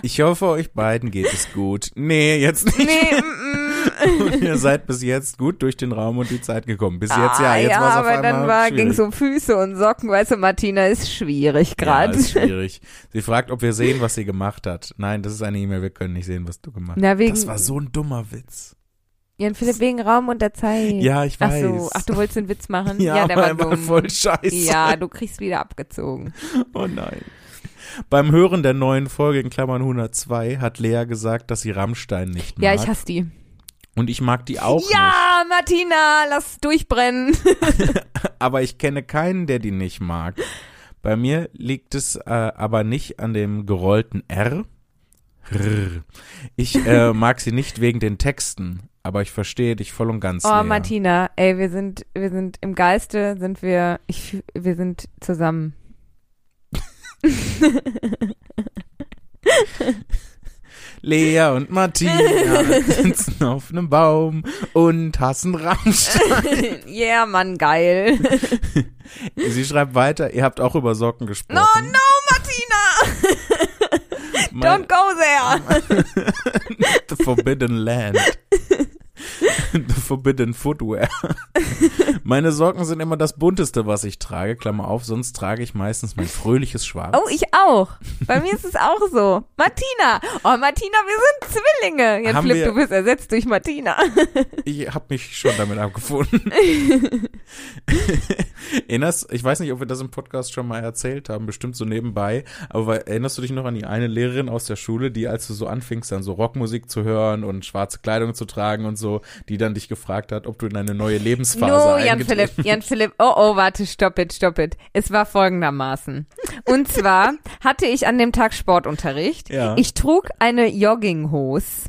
Ich hoffe, euch beiden geht es gut. Nee, jetzt nicht. Nee, mm, mm. Und ihr seid bis jetzt gut durch den Raum und die Zeit gekommen. Bis jetzt ja, Ah, jetzt ja, war es auf aber einmal dann war, schwierig. ging's um Füße und Socken. Weißt du, Martina ist schwierig Ja, gerade. ist schwierig. Sie fragt, ob wir sehen, was sie gemacht hat. Nein, das ist eine E-Mail, wir können nicht sehen, was du gemacht hast. Na, wegen, Das war so ein dummer Witz. Jan Philipp, wegen Raum und der Zeit. Ja, ich Ach weiß. so, ach, du wolltest den Witz machen? ja, der aber war er war dumm. voll scheiße. Ja, du kriegst wieder abgezogen. Oh nein. Beim Hören der neuen Folge in Klammern 102 hat Lea gesagt, dass sie Rammstein nicht mag. Ja, ich hasse die. und ich mag die auch ja, Martina, lass durchbrennen. nicht. Aber ich kenne keinen, der die nicht mag. Bei mir liegt es äh, aber nicht an dem gerollten R. Rrr. Ich äh, mag sie nicht wegen den Texten, aber ich verstehe dich voll und ganz. Oh, Lea. Martina, ey, wir sind, wir sind im Geiste, sind wir, ich, wir sind zusammen. Lea und Martina sitzen auf einem Baum und hassen Rammstein. yeah, Mann, geil. Sie schreibt weiter, ihr habt auch über Socken gesprochen. No, no, Martina! Mein- Don't go there! The Forbidden Land. The Forbidden Footwear. Meine Socken sind immer das bunteste, was ich trage, Klammer auf, sonst trage ich meistens mein fröhliches Schwarz. Oh, ich auch. Bei mir ist es auch so. Martina. Oh, Martina, wir sind Zwillinge. Jetzt Haben Flip, wir- du bist ersetzt durch Martina. Ich habe mich schon damit abgefunden. erinnerst, ich weiß nicht, ob wir das im Podcast schon mal erzählt haben, bestimmt so nebenbei, aber erinnerst du dich noch an die eine Lehrerin aus der Schule, die, als du so anfingst, dann so Rockmusik zu hören und schwarze Kleidung zu tragen und so, die dann dich gefragt hat, ob du in eine neue Lebensphase No, Jan eingetreten Philipp, Jan Philipp, oh oh, warte, stopp it, stopp it. Es war folgendermaßen. Und zwar hatte ich an dem Tag Sportunterricht. Ja. Ich trug eine Jogginghose.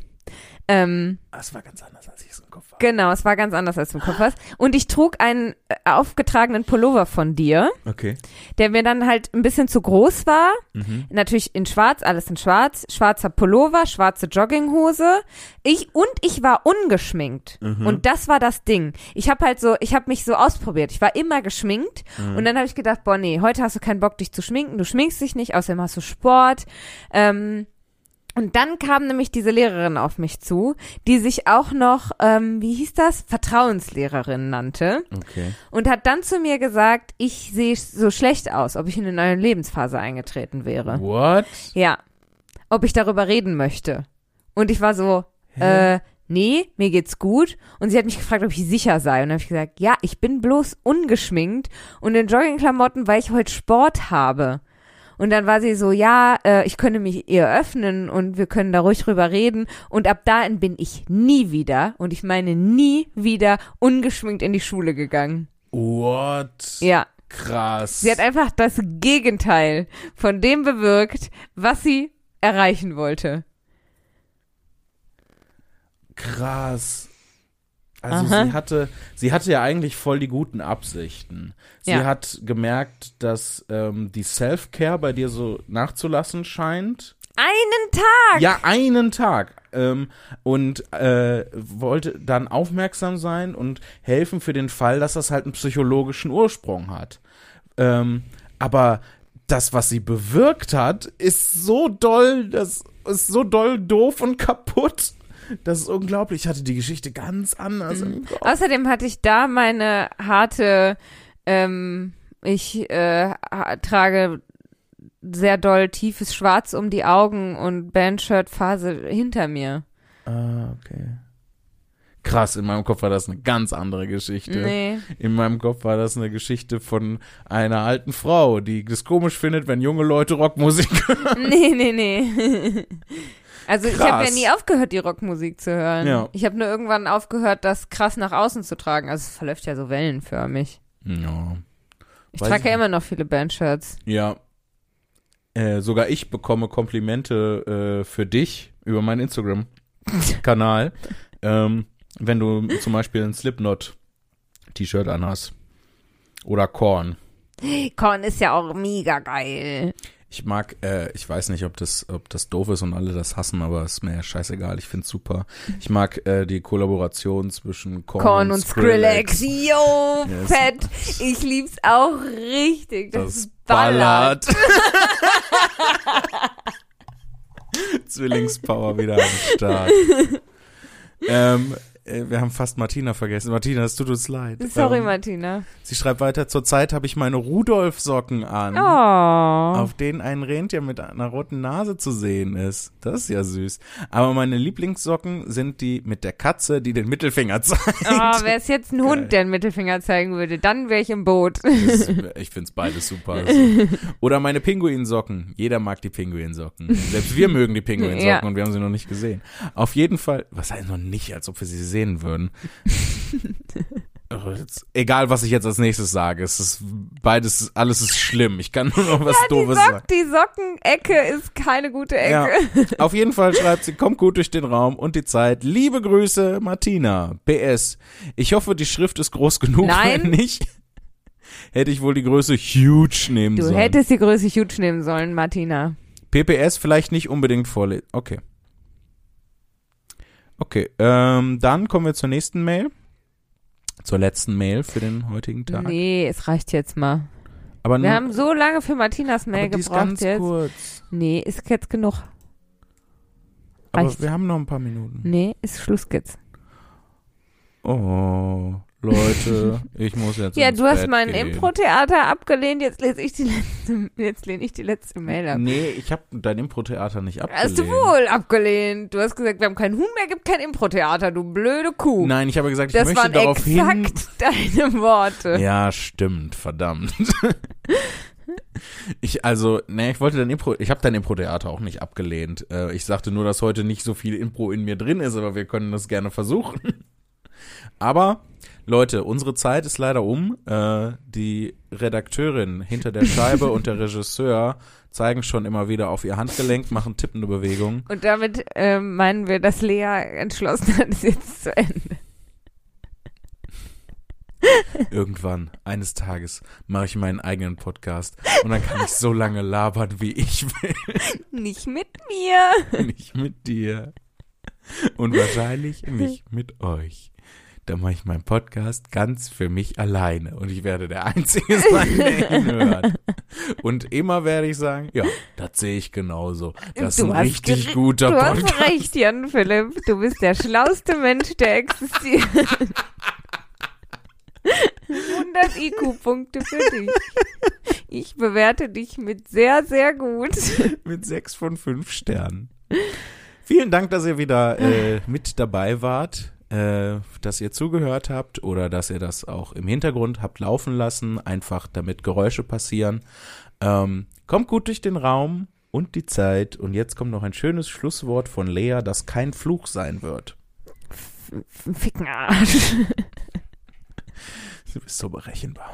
Ähm, Ah, Das war ganz anders, als ich es im Kopf hatte. genau, es war ganz anders als du im Kopf hast. Und ich trug einen äh, aufgetragenen Pullover von dir, Okay. der mir dann halt ein bisschen zu groß war. Mhm. Natürlich in schwarz, alles in schwarz, schwarzer Pullover, schwarze Jogginghose. Ich und ich war ungeschminkt und das war das Ding. Ich habe halt so, ich habe mich so ausprobiert. Ich war immer geschminkt und dann habe ich gedacht, boah nee, heute hast du keinen Bock dich zu schminken, du schminkst dich nicht, außerdem hast du Sport. Ähm, und dann kam nämlich diese Lehrerin auf mich zu, die sich auch noch, ähm, wie hieß das, Vertrauenslehrerin nannte Okay. und hat dann zu mir gesagt, ich sehe so schlecht aus, ob ich in eine neue Lebensphase eingetreten wäre. What? Ja. Ob ich darüber reden möchte. Und ich war so, äh, nee, mir geht's gut. Und sie hat mich gefragt, ob ich sicher sei. Und dann habe ich gesagt, ja, ich bin bloß ungeschminkt und in Joggingklamotten, weil ich heute Sport habe. Und dann war sie so, ja, äh, ich könnte mich ihr öffnen und wir können da ruhig drüber reden. Und ab dahin bin ich nie wieder, und ich meine nie wieder, ungeschminkt in die Schule gegangen. What? Ja. Krass. Sie hat einfach das Gegenteil von dem bewirkt, was sie erreichen wollte. Krass. Also Aha. sie hatte, sie hatte ja eigentlich voll die guten Absichten. Sie Ja. hat gemerkt, dass ähm, die Self-Care bei dir so nachzulassen scheint. Einen Tag! Ja, einen Tag. Ähm, und äh, wollte dann aufmerksam sein und helfen für den Fall, dass das halt einen psychologischen Ursprung hat. Ähm, aber das, was sie bewirkt hat, ist so doll, das ist so doll doof und kaputt. Das ist unglaublich. Ich hatte die Geschichte ganz anders Mhm. im Kopf. Außerdem hatte ich da meine harte, ähm, ich äh, ha- trage sehr doll tiefes Schwarz um die Augen und Bandshirt-Phase hinter mir. Ah, okay. Krass, in meinem Kopf war das eine ganz andere Geschichte. Nee. In meinem Kopf war das eine Geschichte von einer alten Frau, die es komisch findet, wenn junge Leute Rockmusik Nee, nee, nee. Also ich habe ja Krass. nie aufgehört, die Rockmusik zu hören. Ja. Ich habe nur irgendwann aufgehört, das krass nach außen zu tragen. Also es verläuft ja so wellenförmig. Ja. Ich Weiß trage ich ja immer noch viele Bandshirts. Ja. Äh, sogar ich bekomme Komplimente äh, für dich über meinen Instagram-Kanal, ähm, wenn du zum Beispiel ein Slipknot-T-Shirt anhast. Oder Korn. Korn ist ja auch mega geil. Ich mag, äh, ich weiß nicht, ob das, ob das doof ist und alle das hassen, aber ist mir scheißegal. Ich find's super. Ich mag äh, die Kollaboration zwischen Korn, Korn und Skrillex. Yo, Yes. fett. Ich lieb's auch richtig. Das, Das ballert. ballert. Zwillingspower wieder am Start. ähm, äh, wir haben fast Martina vergessen. Martina, es tut uns leid. Sorry, ähm, Martina. Sie schreibt weiter, zurzeit habe ich meine Rudolf-Socken an, Oh. hm? auf denen ein Rentier mit einer roten Nase zu sehen ist. Das ist ja süß. Aber meine Lieblingssocken sind die mit der Katze, die den Mittelfinger zeigt. Oh, wäre es jetzt ein Geil. Hund, der einen Mittelfinger zeigen würde, dann wäre ich im Boot. Das, ich find's beides super. Also. Oder meine Pinguinsocken. Jeder mag die Pinguinsocken. Selbst wir mögen die Pinguinsocken Ja. und wir haben sie noch nicht gesehen. Auf jeden Fall, was heißt noch nicht, als ob wir sie sehen würden. Oh, jetzt- Egal, was ich jetzt als nächstes sage, es ist beides, alles ist schlimm. Ich kann nur noch was Die, Doofes sagen. Sock die Sockenecke ist keine gute Ecke. Ja. Auf jeden Fall schreibt sie, kommt gut durch den Raum und die Zeit. Liebe Grüße, Martina. PS. Ich hoffe, die Schrift ist groß genug. Nein. Wenn nicht, hätte ich wohl die Größe huge nehmen Du sollen. hättest die Größe huge nehmen sollen, Martina. PPS vielleicht nicht unbedingt vorlesen. Okay. Okay, ähm, dann kommen wir zur nächsten Mail. Zur letzten Mail für den heutigen Tag. Nee, es reicht jetzt mal. Aber Wir nur- haben so lange für Martinas Mail aber die ist gebraucht ganz jetzt. kurz. Nee, ist jetzt genug. Aber Reicht. wir haben noch ein paar Minuten. Nee, ist Schluss jetzt. Oh, Leute, ich muss jetzt. Ja, ins du hast Bett mein gehen. Impro-Theater abgelehnt, jetzt lese ich die letzte, jetzt lehne ich die letzte Mail ab. Nee, ich habe dein Impro-Theater nicht abgelehnt. Hast du wohl abgelehnt. Du hast gesagt, wir haben keinen Huhn mehr, gibt kein Impro-Theater, du blöde Kuh. Nein, ich habe gesagt, ich das möchte waren darauf exakt hin. deine Worte. Ja, stimmt, verdammt. Ich also, nee, ich wollte dein Impro, ich habe dein Impro-Theater auch nicht abgelehnt. Äh, ich sagte nur, dass heute nicht so viel Impro in mir drin ist, aber wir können das gerne versuchen. Aber Leute, unsere Zeit ist leider um. Äh, die Redakteurin hinter der Scheibe und der Regisseur zeigen schon immer wieder auf ihr Handgelenk, machen tippende Bewegungen. Und damit ähm, meinen wir, dass Lea entschlossen hat, es jetzt zu Ende. Irgendwann, eines Tages, mache ich meinen eigenen Podcast und dann kann ich so lange labern, wie ich will. Nicht mit mir. nicht mit dir. Und wahrscheinlich nicht mit euch. Da mache ich meinen Podcast ganz für mich alleine. Und ich werde der Einzige sein, der ihn hört. Und immer werde ich sagen, ja, das sehe ich genauso. Das ist Du ein hast richtig gere- guter Du Podcast. hast recht, Jan Philipp. Du bist der schlauste Mensch, der existiert. 100 IQ-Punkte für dich. Ich bewerte dich mit sehr, sehr gut. Mit sechs von fünf Sternen. Vielen Dank, dass ihr wieder äh, mit dabei wart, äh, dass ihr zugehört habt oder dass ihr das auch im Hintergrund habt laufen lassen, einfach damit Geräusche passieren. Ähm, kommt gut durch den Raum und die Zeit. Und jetzt kommt noch ein schönes Schlusswort von Lea, das kein Fluch sein wird. Ficken Arsch. Du bist so berechenbar.